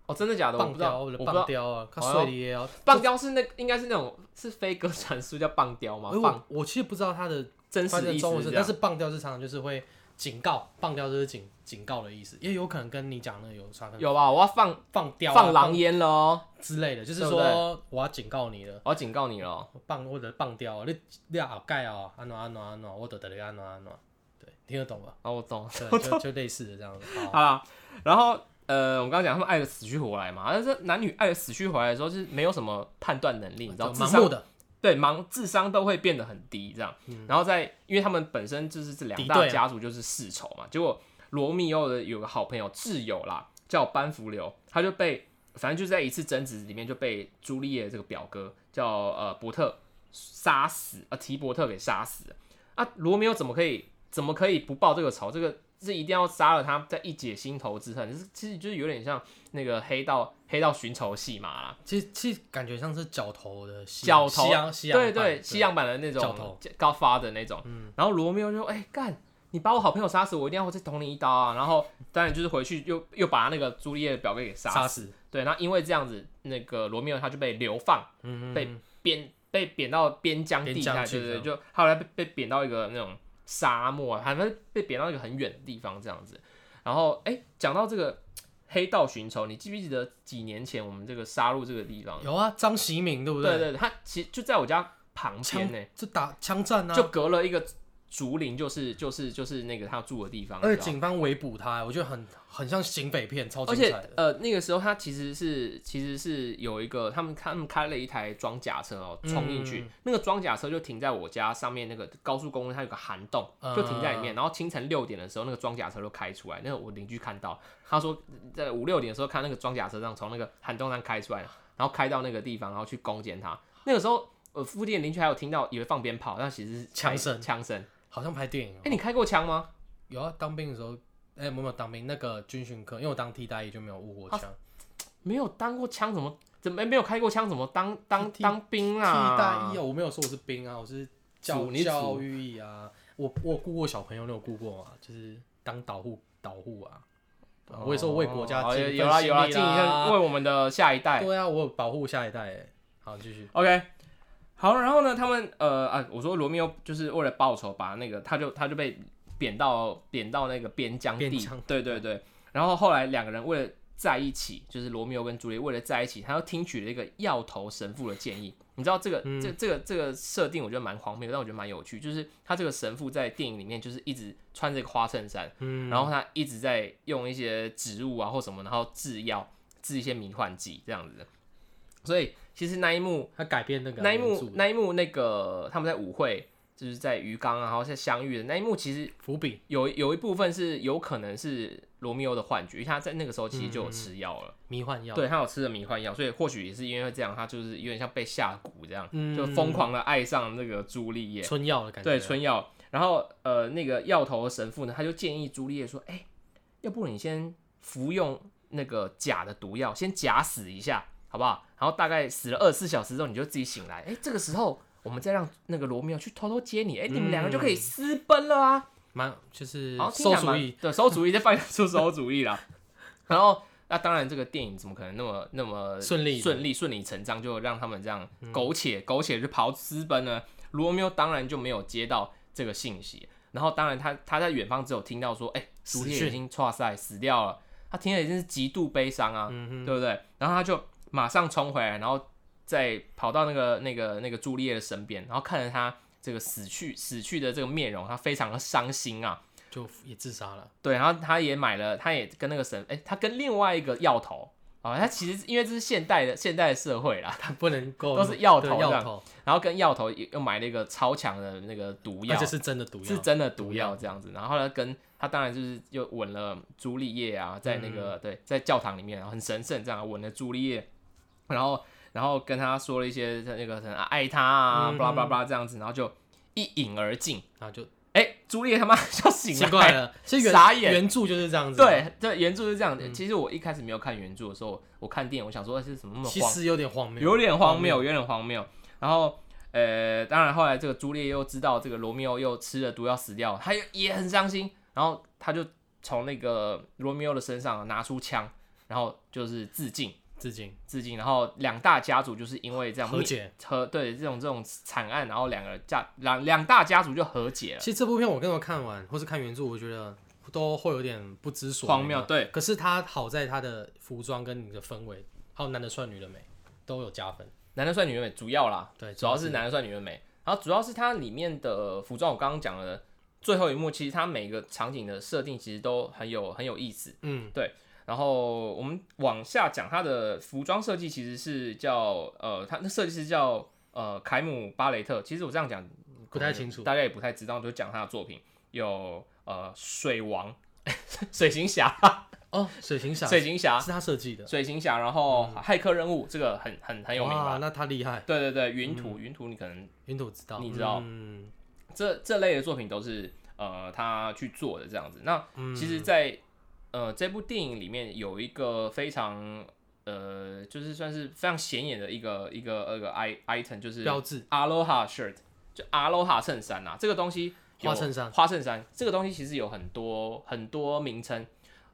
Speaker 1: 哦，真的假的？我
Speaker 2: 棒
Speaker 1: 不知道，
Speaker 2: 雕
Speaker 1: 我
Speaker 2: 了，
Speaker 1: 不知道
Speaker 2: 棒。雕啊，他
Speaker 1: 哎呦
Speaker 2: 睡了也要
Speaker 1: 棒雕是那个应该是那种是飞鸽传书叫棒雕吗
Speaker 2: 哎？
Speaker 1: 棒
Speaker 2: 我我其实不知道他的
Speaker 1: 真
Speaker 2: 翻
Speaker 1: 实
Speaker 2: 成
Speaker 1: 意
Speaker 2: 中文
Speaker 1: 思
Speaker 2: 是，
Speaker 1: 这
Speaker 2: 但
Speaker 1: 样
Speaker 2: 是棒调是常常就是会警告，棒调就是警警告的意思，也有可能跟你讲的有差，可能
Speaker 1: 有吧？我要放
Speaker 2: 放调、啊、
Speaker 1: 放狼烟了哦，
Speaker 2: 放之类的，就是
Speaker 1: 对不
Speaker 2: 说我要警告你了，
Speaker 1: 我要警告你了哦。
Speaker 2: 棒或者棒调啊，你你要盖啊，安暖安暖安暖，我得得你安暖安暖，对，听得懂吧？
Speaker 1: 哦，我懂。
Speaker 2: 对， 就就类似的这样子。好
Speaker 1: 好啦，然后呃，我刚刚讲他们爱的死去活来嘛，但是男女爱的死去活来的时候，就是没有什么判断能力，你知道，
Speaker 2: 哦就
Speaker 1: 智
Speaker 2: 盲
Speaker 1: 商
Speaker 2: 目的
Speaker 1: 对盲智商都会变得很低这样。然后在因为他们本身就是这两
Speaker 2: 嗯敌
Speaker 1: 大
Speaker 2: 对啊
Speaker 1: 家族就是世仇嘛，结果罗密欧的有个好朋友挚友啦，叫班福流，他就被反正就在一次争执里面就被朱丽叶这个表哥叫呃伯特杀死，啊提伯特给杀死了啊，罗密欧怎么可以怎么可以不报这个仇？这个这一定要杀了他，再一解心头之恨。就是其实就是有点像那个黑道黑道寻仇戏码啦，
Speaker 2: 其实其实感觉像是角头的西
Speaker 1: 角头
Speaker 2: 西洋西洋
Speaker 1: 对
Speaker 2: 版
Speaker 1: 对，西洋版的那
Speaker 2: 角
Speaker 1: 种
Speaker 2: 头嗯
Speaker 1: 高发的那种。然后罗密欧就说：“哎、干，你把我好朋友杀死，我一定要再捅你一刀啊！”然后当然就是回去又又把那个朱丽叶的表哥给杀
Speaker 2: 杀
Speaker 1: 死。
Speaker 2: 死，
Speaker 1: 对，那因为这样子，那个罗密欧他就被流放，
Speaker 2: 嗯
Speaker 1: 被贬被贬到边疆地
Speaker 2: 边
Speaker 1: 带，
Speaker 2: 疆
Speaker 1: 对
Speaker 2: 去
Speaker 1: 对对，
Speaker 2: 这
Speaker 1: 就后来被被贬到一个那种沙漠啊，反正被贬到一个很远的地方这样子。然后哎，讲到这个黑道寻仇，你记不记得几年前我们这个杀戮这个地方？
Speaker 2: 有啊，张喜敏对嗯不
Speaker 1: 对对，他其实就在我家旁边
Speaker 2: 枪
Speaker 1: 呢、
Speaker 2: 就打枪战啊，
Speaker 1: 就隔了一个竹林，就是就是就是那个他住的地方。
Speaker 2: 而
Speaker 1: 你
Speaker 2: 且
Speaker 1: 知道吗
Speaker 2: 警方围捕他，我觉得很很像警匪片，超
Speaker 1: 而
Speaker 2: 精彩
Speaker 1: 且
Speaker 2: 的。
Speaker 1: 呃，那个时候他其实是其实是有一个他们他们开了一台装甲车哦、
Speaker 2: 嗯
Speaker 1: 冲进去，那个装甲车就停在我家上面那个高速公路，它有个涵洞，
Speaker 2: 嗯
Speaker 1: 就停在里面。然后清晨六点的时候，那个装甲车就开出来，那个我邻居看到，他说在五六点的时候看那个装甲车上从那个涵洞上开出来，然后开到那个地方，然后去攻坚他。那个时候呃，附近的邻居还有听到以为放鞭炮，但其实是
Speaker 2: 枪
Speaker 1: 开
Speaker 2: 声
Speaker 1: 枪声。
Speaker 2: 好像拍电影、哦。
Speaker 1: 哎、你开过枪吗？
Speaker 2: 有啊？当兵的时候，哎、我没有当兵，那个军训课，因为我当替代役就没有握过枪。
Speaker 1: 啊没有当过枪，怎么怎么哎没有开过枪？怎么当当
Speaker 2: 替
Speaker 1: 当兵
Speaker 2: 替代
Speaker 1: 啊？
Speaker 2: 役哦，我没有说我是兵啊，我是教
Speaker 1: 组你组
Speaker 2: 教育役啊。我我雇过小朋友，你有雇过吗？就是当导护导护啊。我也说为国家
Speaker 1: 哦
Speaker 2: 尽一
Speaker 1: 有有
Speaker 2: 份
Speaker 1: 啦
Speaker 2: 心
Speaker 1: 有啦，
Speaker 2: 力
Speaker 1: 尽一份为我们的下一代。
Speaker 2: 对啊，我有保护下一代、哎，好，继续。
Speaker 1: OK，好，然后呢，他们呃啊，我说罗密欧就是为了报仇，把那个他就他就被贬到贬到那个边疆地
Speaker 2: 边疆，
Speaker 1: 对对对。然后后来两个人为了在一起，就是罗密欧跟朱丽叶为了在一起，他又听取了一个药头神父的建议。你知道这个、
Speaker 2: 嗯
Speaker 1: 这这个这个设定，我觉得蛮荒谬，但我觉得蛮有趣。就是他这个神父在电影里面就是一直穿着一个花衬衫，
Speaker 2: 嗯
Speaker 1: 然后他一直在用一些植物啊或什么，然后制药制一些迷幻剂这样子。所以其实那一幕
Speaker 2: 他改变那个
Speaker 1: 那一
Speaker 2: 原著
Speaker 1: 幕，那一幕那个他们在舞会，就是在鱼缸啊，然后在相遇的那一幕，其实
Speaker 2: 伏笔，
Speaker 1: 有有一部分是有可能是罗密欧的幻觉，因为他在那个时候其实就有吃药了，
Speaker 2: 迷幻药。
Speaker 1: 对他有吃了迷幻药，所以或许也是因为这样，他就是有点像被下蛊这样，
Speaker 2: 嗯
Speaker 1: 就疯狂的爱上那个朱丽叶，
Speaker 2: 春药的感觉。
Speaker 1: 对春药。然后呃，那个药头神父呢，他就建议朱丽叶说：“哎、要不你先服用那个假的毒药，先假死一下，好不好？然后大概死了二十四小时之后，你就自己醒来。哎、这个时候我们再让那个罗密欧去偷偷接你，哎、你们两个就可以私奔了啊！
Speaker 2: 蛮就是
Speaker 1: 好，听起
Speaker 2: 嗯馊
Speaker 1: 来
Speaker 2: 主
Speaker 1: 蛮
Speaker 2: 意，
Speaker 1: 对，馊主意，再放出馊主意啦。 然后，那当然，这个电影怎么可能那么那么
Speaker 2: 顺利的嗯
Speaker 1: 顺利、顺理成章就让他们这样苟且、苟且就跑私奔呢？罗密欧当然就没有接到这个信息，然后当然他他在远方只有听到说，哎、朱
Speaker 2: 死
Speaker 1: 丽叶已
Speaker 2: 讯
Speaker 1: 经猝塞死掉了，他听了已经是极度悲伤啊，
Speaker 2: 嗯
Speaker 1: 对不对？然后他就马上冲回来，然后再跑到那个那个那个朱丽叶的身边，然后看着他这个死去死去的这个面容，他非常的伤心啊。
Speaker 2: 就也自杀了。
Speaker 1: 对，然后他也买了，他也跟那个神，哎、他跟另外一个药头啊、他其实因为这是现代的现代的社会啦，
Speaker 2: 他不能够
Speaker 1: 都是药头
Speaker 2: 对
Speaker 1: 这
Speaker 2: 药
Speaker 1: 样
Speaker 2: 头，
Speaker 1: 然后跟药头又又买了一个超强的那个毒药，
Speaker 2: 而且是真的毒药，
Speaker 1: 是真的毒药这样子。然后呢，跟他当然就是又吻了朱丽叶啊，在那
Speaker 2: 嗯
Speaker 1: 个、对，在教堂里面，然后很神圣这样吻了朱丽叶，然后然后跟他说了一些
Speaker 2: 嗯
Speaker 1: 那个很爱他啊，巴拉巴拉这样子，然后就一饮而尽。
Speaker 2: 然后就
Speaker 1: 哎、朱丽他妈 要醒
Speaker 2: 奇
Speaker 1: 来
Speaker 2: 怪了，其实
Speaker 1: 傻
Speaker 2: 原
Speaker 1: 眼
Speaker 2: 原著就是这嗯样子，
Speaker 1: 对，对，原著是这样的。其实我一开始没有看原著的时候，我看电影，我想说哎是什么那么
Speaker 2: 其
Speaker 1: 荒
Speaker 2: 实有点荒谬，
Speaker 1: 有点荒谬，有点荒谬。然后，呃，当然后来这个朱丽叶又知道这个罗密欧又吃了毒要死掉，他也也很伤心。然后他就从那个罗密欧的身上拿出枪，然后就是自尽，
Speaker 2: 致敬，
Speaker 1: 自尽。然后两大家族就是因为这样
Speaker 2: 和解。
Speaker 1: 和对这种这种惨案，然后两个家两两大家族就和解了。
Speaker 2: 其实这部片我跟我看完，或是看原著，我觉得都会有点不知所
Speaker 1: 荒
Speaker 2: 云啊
Speaker 1: 谬，对，
Speaker 2: 可是它好在它的服装跟你的氛围，还有男的帅女的美都有加分。
Speaker 1: 男的帅女的美主要啦，
Speaker 2: 对
Speaker 1: 主要
Speaker 2: 主要
Speaker 1: 是
Speaker 2: 是
Speaker 1: 男的帅女的美，然后主要是它里面的服装，我刚刚讲了最后一幕，其实它每个场景的设定其实都很有很有意思。
Speaker 2: 嗯，
Speaker 1: 然后我们往下讲，它的服装设计其实是叫呃，它那设计师叫呃凯姆巴雷特。其实我这样讲
Speaker 2: 不太清楚
Speaker 1: 大家也不太知道，就讲他的作品有呃水王、 水行侠、
Speaker 2: 哦，水行侠
Speaker 1: 水行侠、
Speaker 2: 是他设计的，
Speaker 1: 水行侠，然后骇客任务这个很很很有名
Speaker 2: 哇，
Speaker 1: 吧？
Speaker 2: 那嗯他厉害，
Speaker 1: 对对对，云图云图你可能
Speaker 2: 云朵知道，
Speaker 1: 你知道
Speaker 2: 嗯，
Speaker 1: 这这类的作品都是呃他去做的这样子。那
Speaker 2: 嗯
Speaker 1: 其实在，呃这部电影里面有一个非常呃就是算是非常显眼的一个一个呃一个 i item，就是
Speaker 2: 标志
Speaker 1: Aloha shirt，就 Aloha 衬衫呐、这个东西有
Speaker 2: 花衬衫
Speaker 1: 花衬衫这个东西其实有很多很多名称，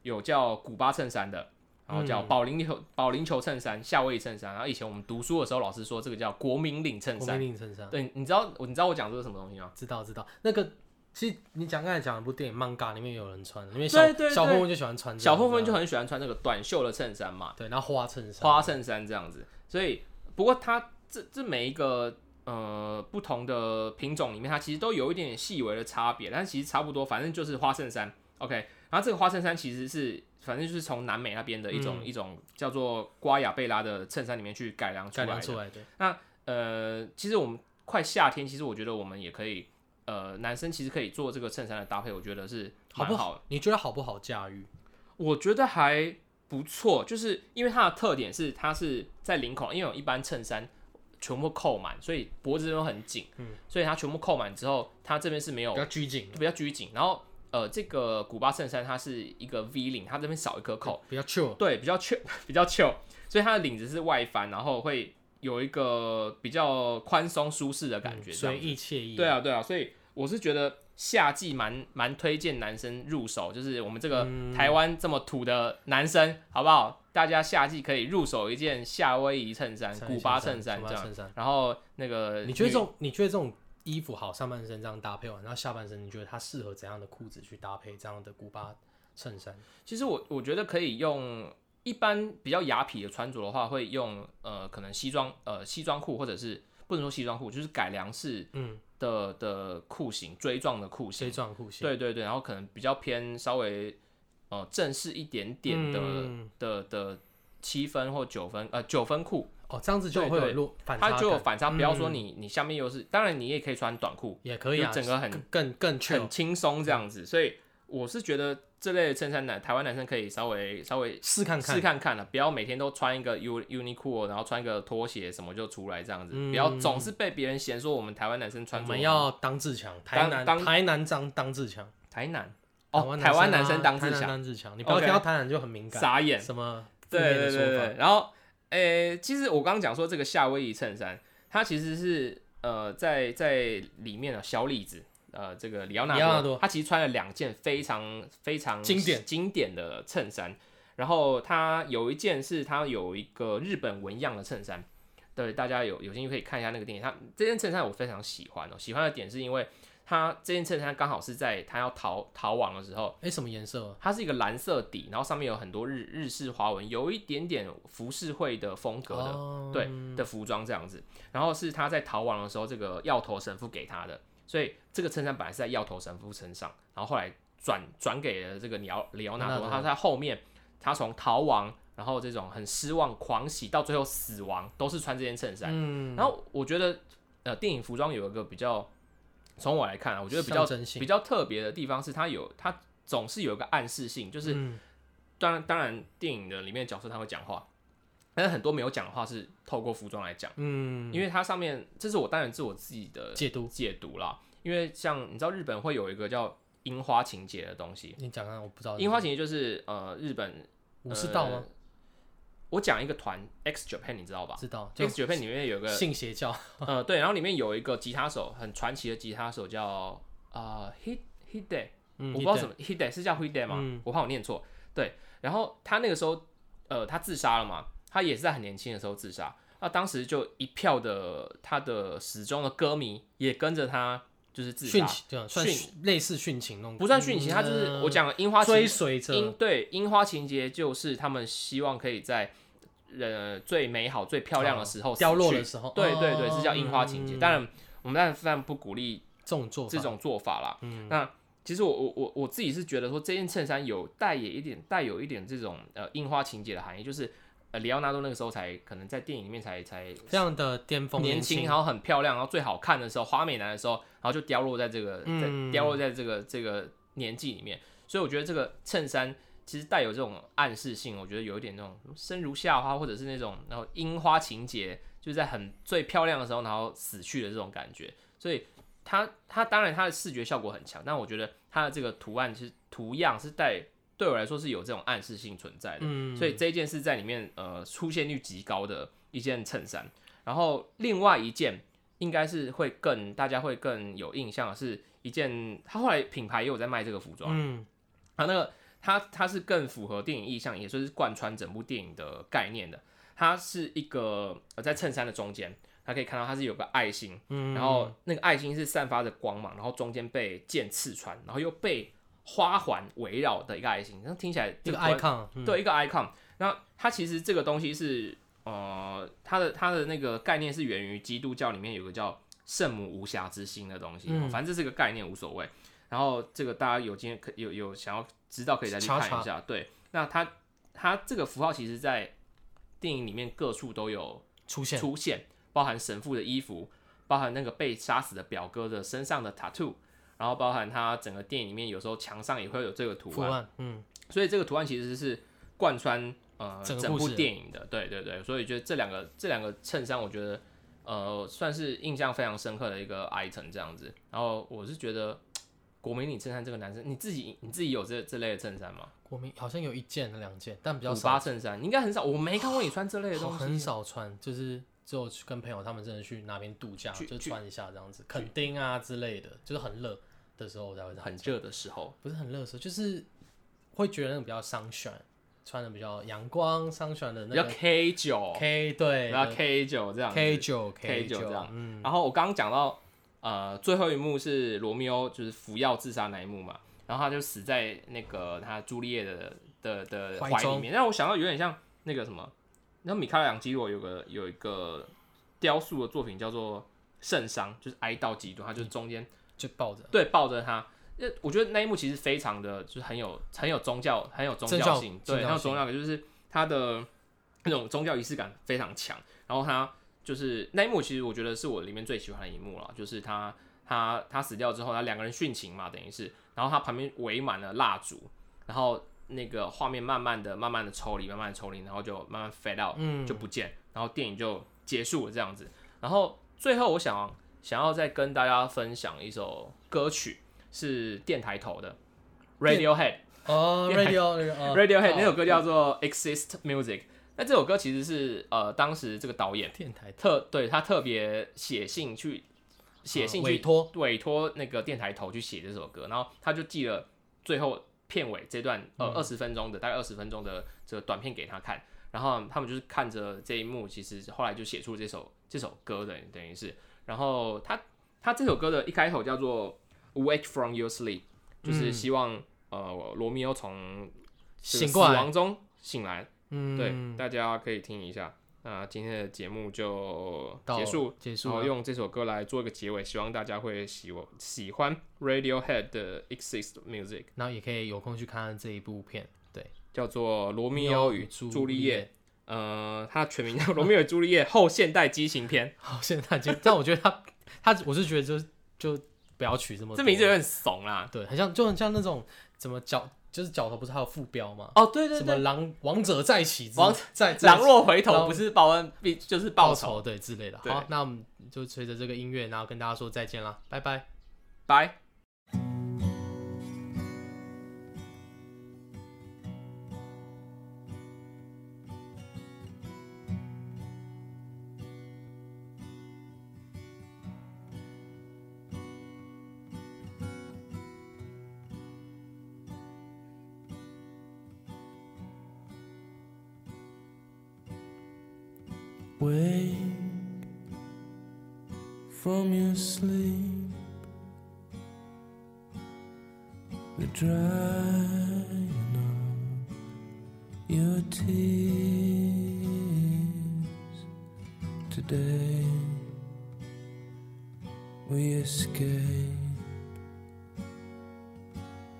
Speaker 1: 有叫古巴衬衫的。然后
Speaker 2: 嗯
Speaker 1: 叫保龄球、保龄球衬衫、夏威夷衬衫。然后以前我们读书的时候，老师说这个叫国民领衬
Speaker 2: 国
Speaker 1: 衫。
Speaker 2: 民领衬衫，
Speaker 1: 对，你知道你知道我讲这是什么东西吗？
Speaker 2: 知道知道。那个其实你讲刚才讲的部电影《manga》里面有人穿的，因
Speaker 1: 对
Speaker 2: 为小
Speaker 1: 对对
Speaker 2: 小混混就喜欢穿这样，啊
Speaker 1: 小混混
Speaker 2: 你知
Speaker 1: 就
Speaker 2: 道吗
Speaker 1: 很喜欢穿那个短袖的衬衫嘛，
Speaker 2: 对，然后花衬衫，
Speaker 1: 花衬衫这样子。所以，不过它这这每一个呃不同的品种里面，它其实都有一点点细微的差别，但其实差不多，反正就是花衬衫。OK，然后这个花衬衫其实是反正就是从南美那
Speaker 2: 嗯
Speaker 1: 边的一种、一种叫做瓜亚贝拉的衬衫里面去改良出
Speaker 2: 改
Speaker 1: 来的。
Speaker 2: 良出来的，
Speaker 1: 呃，其实我们快夏天，其实我觉得我们也可以，呃，男生其实可以做这个衬衫的搭配，我觉得是
Speaker 2: 好
Speaker 1: 蛮
Speaker 2: 不
Speaker 1: 好的
Speaker 2: 好？你觉得好不好驾驭？
Speaker 1: 我觉得还不错，就是因为它的特点是它是在领口，因为我一般衬衫全部扣满，所以脖子都很紧，
Speaker 2: 嗯
Speaker 1: 所以它全部扣满之后，它这边是没有
Speaker 2: 比较拘谨，
Speaker 1: 比较拘谨，然后呃，这个古巴衬衫它是一个 V 领，它这边少一颗扣，
Speaker 2: 比较 chill，
Speaker 1: 对，比较翘， 比较翘，所以它的领子是外翻，然后会有一个比较宽松舒适的感觉，这样
Speaker 2: 随
Speaker 1: 子
Speaker 2: 意惬意，
Speaker 1: 对，啊，对啊，所以我是觉得夏季蛮蛮推荐男生入手，就是我们这个
Speaker 2: 嗯
Speaker 1: 台湾这么土的男生，好不好？大家夏季可以入手一件夏威夷衬衫、
Speaker 2: 夏威夷
Speaker 1: 古巴
Speaker 2: 衬
Speaker 1: 衬
Speaker 2: 衫
Speaker 1: 衫
Speaker 2: 古巴
Speaker 1: 这样
Speaker 2: 衬衫。
Speaker 1: 然后那个
Speaker 2: 你觉得
Speaker 1: 女
Speaker 2: 这种你觉得这种衣服好，上半身这样搭配完，然后下半身你觉得它适合怎样的裤子去搭配这样的古巴衬衫？
Speaker 1: 其实我我觉得可以用一般比较雅痞的穿着的话，会用呃可能西装呃西装裤或者是不能说西装裤，就是改良式
Speaker 2: 嗯
Speaker 1: 的的裤型，锥状的裤型
Speaker 2: 西，装裤型，
Speaker 1: 对对对，然后可能比较偏稍微呃正式一点点的、
Speaker 2: 嗯
Speaker 1: 的的七分或九分呃九分裤，
Speaker 2: 哦，这样子就
Speaker 1: 对
Speaker 2: 会有
Speaker 1: 对
Speaker 2: 落反差
Speaker 1: 它
Speaker 2: 感，
Speaker 1: 就有反差。不要说
Speaker 2: 嗯
Speaker 1: 你你下面又是，当然你也可以穿短裤，
Speaker 2: 也可以啊，
Speaker 1: 就整个很
Speaker 2: 更更更 chill
Speaker 1: 很轻松这样子。所以我是觉得这类的衬衫男台湾男生可以稍微稍微
Speaker 2: 试看看，
Speaker 1: 试看看了、不要每天都穿一个 U Uniqlo，然后穿个拖鞋什么就出来这样子，不要总是被别人嫌说我们台湾男生穿
Speaker 2: 嗯我
Speaker 1: 着
Speaker 2: 们要当自强，台
Speaker 1: 当
Speaker 2: 南
Speaker 1: 当
Speaker 2: 台南张当自强，
Speaker 1: 台南
Speaker 2: 台
Speaker 1: 哦，
Speaker 2: 湾
Speaker 1: 台湾男
Speaker 2: 啊
Speaker 1: 生当自
Speaker 2: 台南
Speaker 1: 强，
Speaker 2: 当自强，你不要
Speaker 1: OK
Speaker 2: 听到台南就很敏感，
Speaker 1: 傻眼。
Speaker 2: 什么负
Speaker 1: 对
Speaker 2: 面
Speaker 1: 对
Speaker 2: 的
Speaker 1: 对
Speaker 2: 说
Speaker 1: 对
Speaker 2: 法，。
Speaker 1: 然后，诶、其实我刚刚讲说这个夏威夷衬衫，它其实是呃在在里面的小李子，呃，这个里奥纳
Speaker 2: 里奥纳
Speaker 1: 多
Speaker 2: 多，
Speaker 1: 他其实穿了两件非常非常
Speaker 2: 经典
Speaker 1: 经典的衬衫，然后他有一件是他有一个日本纹样的衬衫。对，大家有有兴趣可以看一下那个电影。他这件衬衫我非常喜欢哦，喜欢的点是因为他这件衬衫刚好是在他要逃逃亡的时候，
Speaker 2: 哎，什么颜色啊？
Speaker 1: 它是一个蓝色底，然后上面有很多日日式花纹，有一点点浮世绘的风格的、
Speaker 2: 哦
Speaker 1: 对的服装这样子。然后是他在逃亡的时候，这个药头神父给他的，所以这个衬衫本来是在药头神父身上，然后后来转转给了这个里奥里奥纳
Speaker 2: 纳
Speaker 1: 多，
Speaker 2: 多
Speaker 1: 他在后面，他从逃亡，然后这种很失望、狂喜到最后死亡，都是穿这件衬衫。
Speaker 2: 嗯，
Speaker 1: 然后我觉得，呃，电影服装有一个比较，从我来看啊，我觉得比较
Speaker 2: 象征性
Speaker 1: 比较特别的地方是它有它总是有一个暗示性，就是、
Speaker 2: 嗯
Speaker 1: 当然当然电影的里面的角色他会讲话，但是很多没有讲的话是透过服装来讲，
Speaker 2: 嗯，
Speaker 1: 因为它上面这是我当然是我自己的
Speaker 2: 解读
Speaker 1: 解读啦，因为像你知道日本会有一个叫樱花情节的东西，
Speaker 2: 你讲啊看，我不知道
Speaker 1: 樱花情节就是呃日本
Speaker 2: 武士道吗？
Speaker 1: 我讲一个团 X Japan 你知道吧
Speaker 2: 知道，就
Speaker 1: ？X Japan 里面有呃一个
Speaker 2: 性邪教，
Speaker 1: 呃，对，然后里面有一个吉他手，很传奇的吉他手叫呃 Hit Hide，
Speaker 2: 嗯
Speaker 1: 我不知道怎么 Hide 是叫 Hide 吗？
Speaker 2: 嗯
Speaker 1: 我怕我念错。对，然后他那个时候呃他自杀了嘛，他也是在很年轻的时候自杀。那当时就一票的他的始终的歌迷也跟着他，就是自
Speaker 2: 殉
Speaker 1: 杀，
Speaker 2: 情，对，算
Speaker 1: 啊殉
Speaker 2: 殉类似殉情那种，
Speaker 1: 不算殉情，他就是
Speaker 2: 嗯
Speaker 1: 我讲的樱花情
Speaker 2: 追随
Speaker 1: 樱
Speaker 2: 着，
Speaker 1: 对樱花情节就是他们希望可以在呃最美好、最漂亮的时候、
Speaker 2: 哦凋落的时候
Speaker 1: 对对对，
Speaker 2: 哦
Speaker 1: 是叫樱花情节。当然，我们当然非常不鼓励
Speaker 2: 这种做法嗯
Speaker 1: 这种做法啦。那其实我我我我自己是觉得说，这件衬衫有带也一点带有一点这种呃樱花情节的含义，就是呃里奥纳多那个时候才可能在电影里面才才
Speaker 2: 非常的巅峰
Speaker 1: 年轻，
Speaker 2: 轻，
Speaker 1: 然后很漂亮，然后最好看的时候，花美男的时候，然后就凋落在这个，
Speaker 2: 嗯
Speaker 1: 在凋落在这个这个年纪里面。所以我觉得这个衬衫其实带有这种暗示性，我觉得有一点那种生如夏花，或者是那种然后樱花情节，就是在很最漂亮的时候，然后死去的这种感觉。所以它它当然它的视觉效果很强，但我觉得它的这个图案其实图样是带对我来说是有这种暗示性存在的。
Speaker 2: 嗯，
Speaker 1: 所以这一件是在里面呃出现率极高的一件衬衫。然后另外一件应该是会更大家会更有印象的是一件，它后来品牌也有在卖这个服装，
Speaker 2: 嗯
Speaker 1: 它那个它它是更符合电影意象，也就是贯穿整部电影的概念的。它是一个呃在衬衫的中间，它可以看到它是有个爱心，
Speaker 2: 嗯，
Speaker 1: 然后那个爱心是散发着光芒，然后中间被剑刺穿，然后又被花环围绕的一个爱心，那听起来
Speaker 2: 这个
Speaker 1: 观
Speaker 2: icon，嗯
Speaker 1: 对，一个 icon。那它其实这个东西是呃，它的它的那个概念是源于基督教里面有个叫圣母无瑕之心的东西，哦
Speaker 2: 嗯
Speaker 1: 反正这是个概念无所谓。然后这个大家有今天可有有想要知道可以再去
Speaker 2: 查
Speaker 1: 看
Speaker 2: 查
Speaker 1: 一下。对，那它它这个符号其实在电影里面各处都有
Speaker 2: 出现，
Speaker 1: 出现，包含神父的衣服，包含那个被杀死的表哥的身上的 tattoo，然后包含他整个电影里面有时候墙上也会有这个图啊
Speaker 2: 图案，嗯，
Speaker 1: 所以这个图案其实是贯穿呃
Speaker 2: 整
Speaker 1: 整
Speaker 2: 个故
Speaker 1: 部
Speaker 2: 事
Speaker 1: 电影的，对对对，所以觉得这两个这两个衬衫，我觉得呃算是印象非常深刻的一个 item 这样子。然后我是觉得国民领衬衫这个男生，你自己你自己有这这类的衬衫吗？
Speaker 2: 国民好像有一件两件，但比较
Speaker 1: 五
Speaker 2: 少
Speaker 1: 八，衬衫你应该很少，我没看过你穿这类的
Speaker 2: 好
Speaker 1: 东西，
Speaker 2: 很。少穿，就是只有去跟朋友他们真的去哪边度假
Speaker 1: 去
Speaker 2: 就
Speaker 1: 去
Speaker 2: 穿一下这样子，垦丁啊之类的，就是很热的时候我才会这样
Speaker 1: 很热的时候，
Speaker 2: 不是很热的时候，就是会觉得那个比较 sunshine，穿的比较阳光 sunshine 的
Speaker 1: 比
Speaker 2: 那
Speaker 1: 较
Speaker 2: 个
Speaker 1: K 九，
Speaker 2: K 对
Speaker 1: 比较 K 九这样子
Speaker 2: K 九
Speaker 1: K 九
Speaker 2: 九
Speaker 1: 这样。
Speaker 2: 嗯，
Speaker 1: 然后我刚刚讲到，呃，最后一幕是罗密欧就是服药自杀那一幕嘛，然后他就死在那个他朱丽叶的的的
Speaker 2: 怀
Speaker 1: 怀里
Speaker 2: 中
Speaker 1: 面，让我想到有点像那个什么，那米开朗基罗有个有一个雕塑的作品叫做《圣殇》，就是哀悼极度，他
Speaker 2: 嗯
Speaker 1: 就是中间
Speaker 2: 就抱着
Speaker 1: 对抱着他。那我觉得那一幕其实非常的，就是很有很有宗教，很有宗
Speaker 2: 宗
Speaker 1: 教
Speaker 2: 教
Speaker 1: 性，
Speaker 2: 宗
Speaker 1: 对，
Speaker 2: 教
Speaker 1: 很有
Speaker 2: 性
Speaker 1: 宗教感，就是他的那种宗教仪式感非常强。然后他就是那一幕，其实我觉得是我里面最喜欢的一幕了，就是他他他死掉之后，他两个人殉情嘛，等于是，然后他旁边围满了蜡烛，然后那个画面慢慢的、慢慢的抽离，慢慢的抽离，然后就慢慢 fade out，
Speaker 2: 嗯
Speaker 1: 就不见，然后电影就结束了这样子。然后最后我想想要再跟大家分享一首歌曲，是电台头的 Radiohead。
Speaker 2: 哦 radio 那个哦
Speaker 1: Radiohead
Speaker 2: 哦
Speaker 1: 那首歌叫做《Exist Music》，那这首歌其实是呃当时这个导演
Speaker 2: 电台
Speaker 1: 特对他特别写信去写信
Speaker 2: 呃
Speaker 1: 去
Speaker 2: 委托
Speaker 1: 委托那个电台头去写这首歌，然后他就寄了最后片尾这段
Speaker 2: 嗯
Speaker 1: 呃二十分钟的大概二十分钟的这个短片给他看，然后他们就是看着这一幕，其实后来就写出这首这首歌的等于是，然后他他这首歌的一开头叫做《Wake from Your Sleep》，就是希望、呃罗密欧从这个
Speaker 2: 嗯醒过
Speaker 1: 死
Speaker 2: 来
Speaker 1: 亡，中醒来，
Speaker 2: 嗯，
Speaker 1: 对，大家可以听一下。那今天的节目就
Speaker 2: 到
Speaker 1: 结
Speaker 2: 了
Speaker 1: 束，
Speaker 2: 结
Speaker 1: 然
Speaker 2: 束
Speaker 1: 后
Speaker 2: 了，
Speaker 1: 用这首歌来做一个结尾，希望大家会喜喜欢 Radiohead 的 Exist Music，
Speaker 2: 然后也可以有空去看看这一部片，对，
Speaker 1: 叫做《罗密欧与
Speaker 2: 朱
Speaker 1: 朱丽
Speaker 2: 丽
Speaker 1: 叶》。呃，它全名叫 《罗密欧与朱丽叶：后现代激情 片
Speaker 2: 好，现在就，但我觉得他他，我是觉得就就不要取这么》，
Speaker 1: 这名字有
Speaker 2: 多
Speaker 1: 点怂啦。
Speaker 2: 对，很像就很像那种怎么角，就是角头不是还有副标吗？
Speaker 1: 哦，对对
Speaker 2: 什么
Speaker 1: 对，
Speaker 2: 狼王者再起之，
Speaker 1: 王
Speaker 2: 再再
Speaker 1: 狼若回
Speaker 2: 狼
Speaker 1: 头不是报恩必就是
Speaker 2: 报
Speaker 1: 报仇。
Speaker 2: 仇对之类的。
Speaker 1: 对
Speaker 2: 好，那我们就随着这个音乐，然后跟大家说再见啦，拜拜。
Speaker 1: 拜。
Speaker 3: Wake from your sleep. The drying of your tears today. We escape.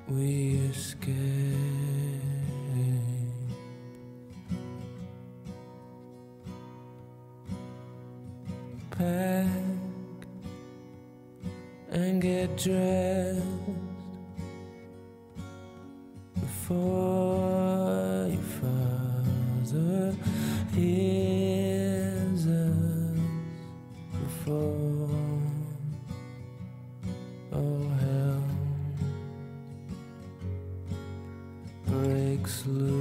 Speaker 3: We escape. pack and get dressed before your father hears us before all hell breaks loose.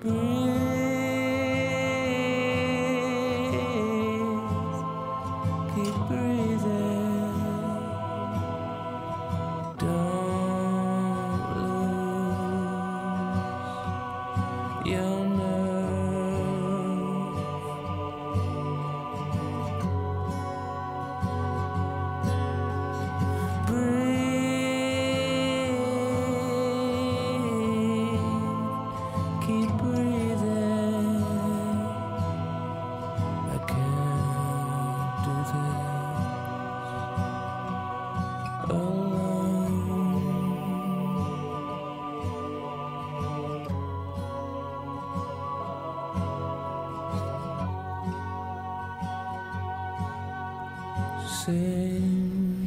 Speaker 3: Breathe keep breathing Don't lose your nerve Breathe keep breathing. I can't do this alone. Sing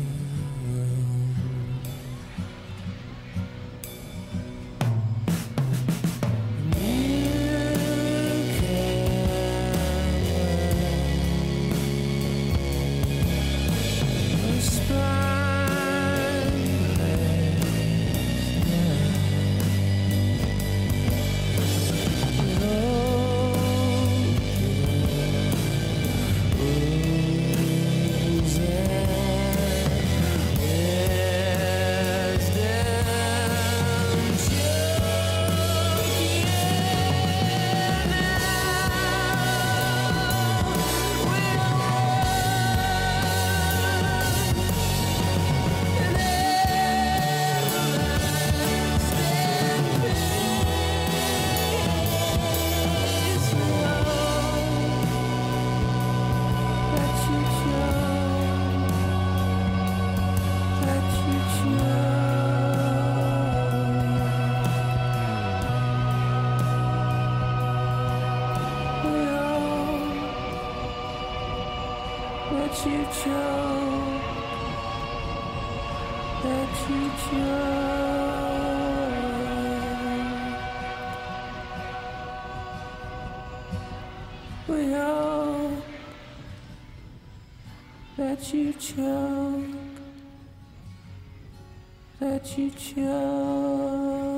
Speaker 3: Let you choke. Let you choke. We all that you choke. That you choke.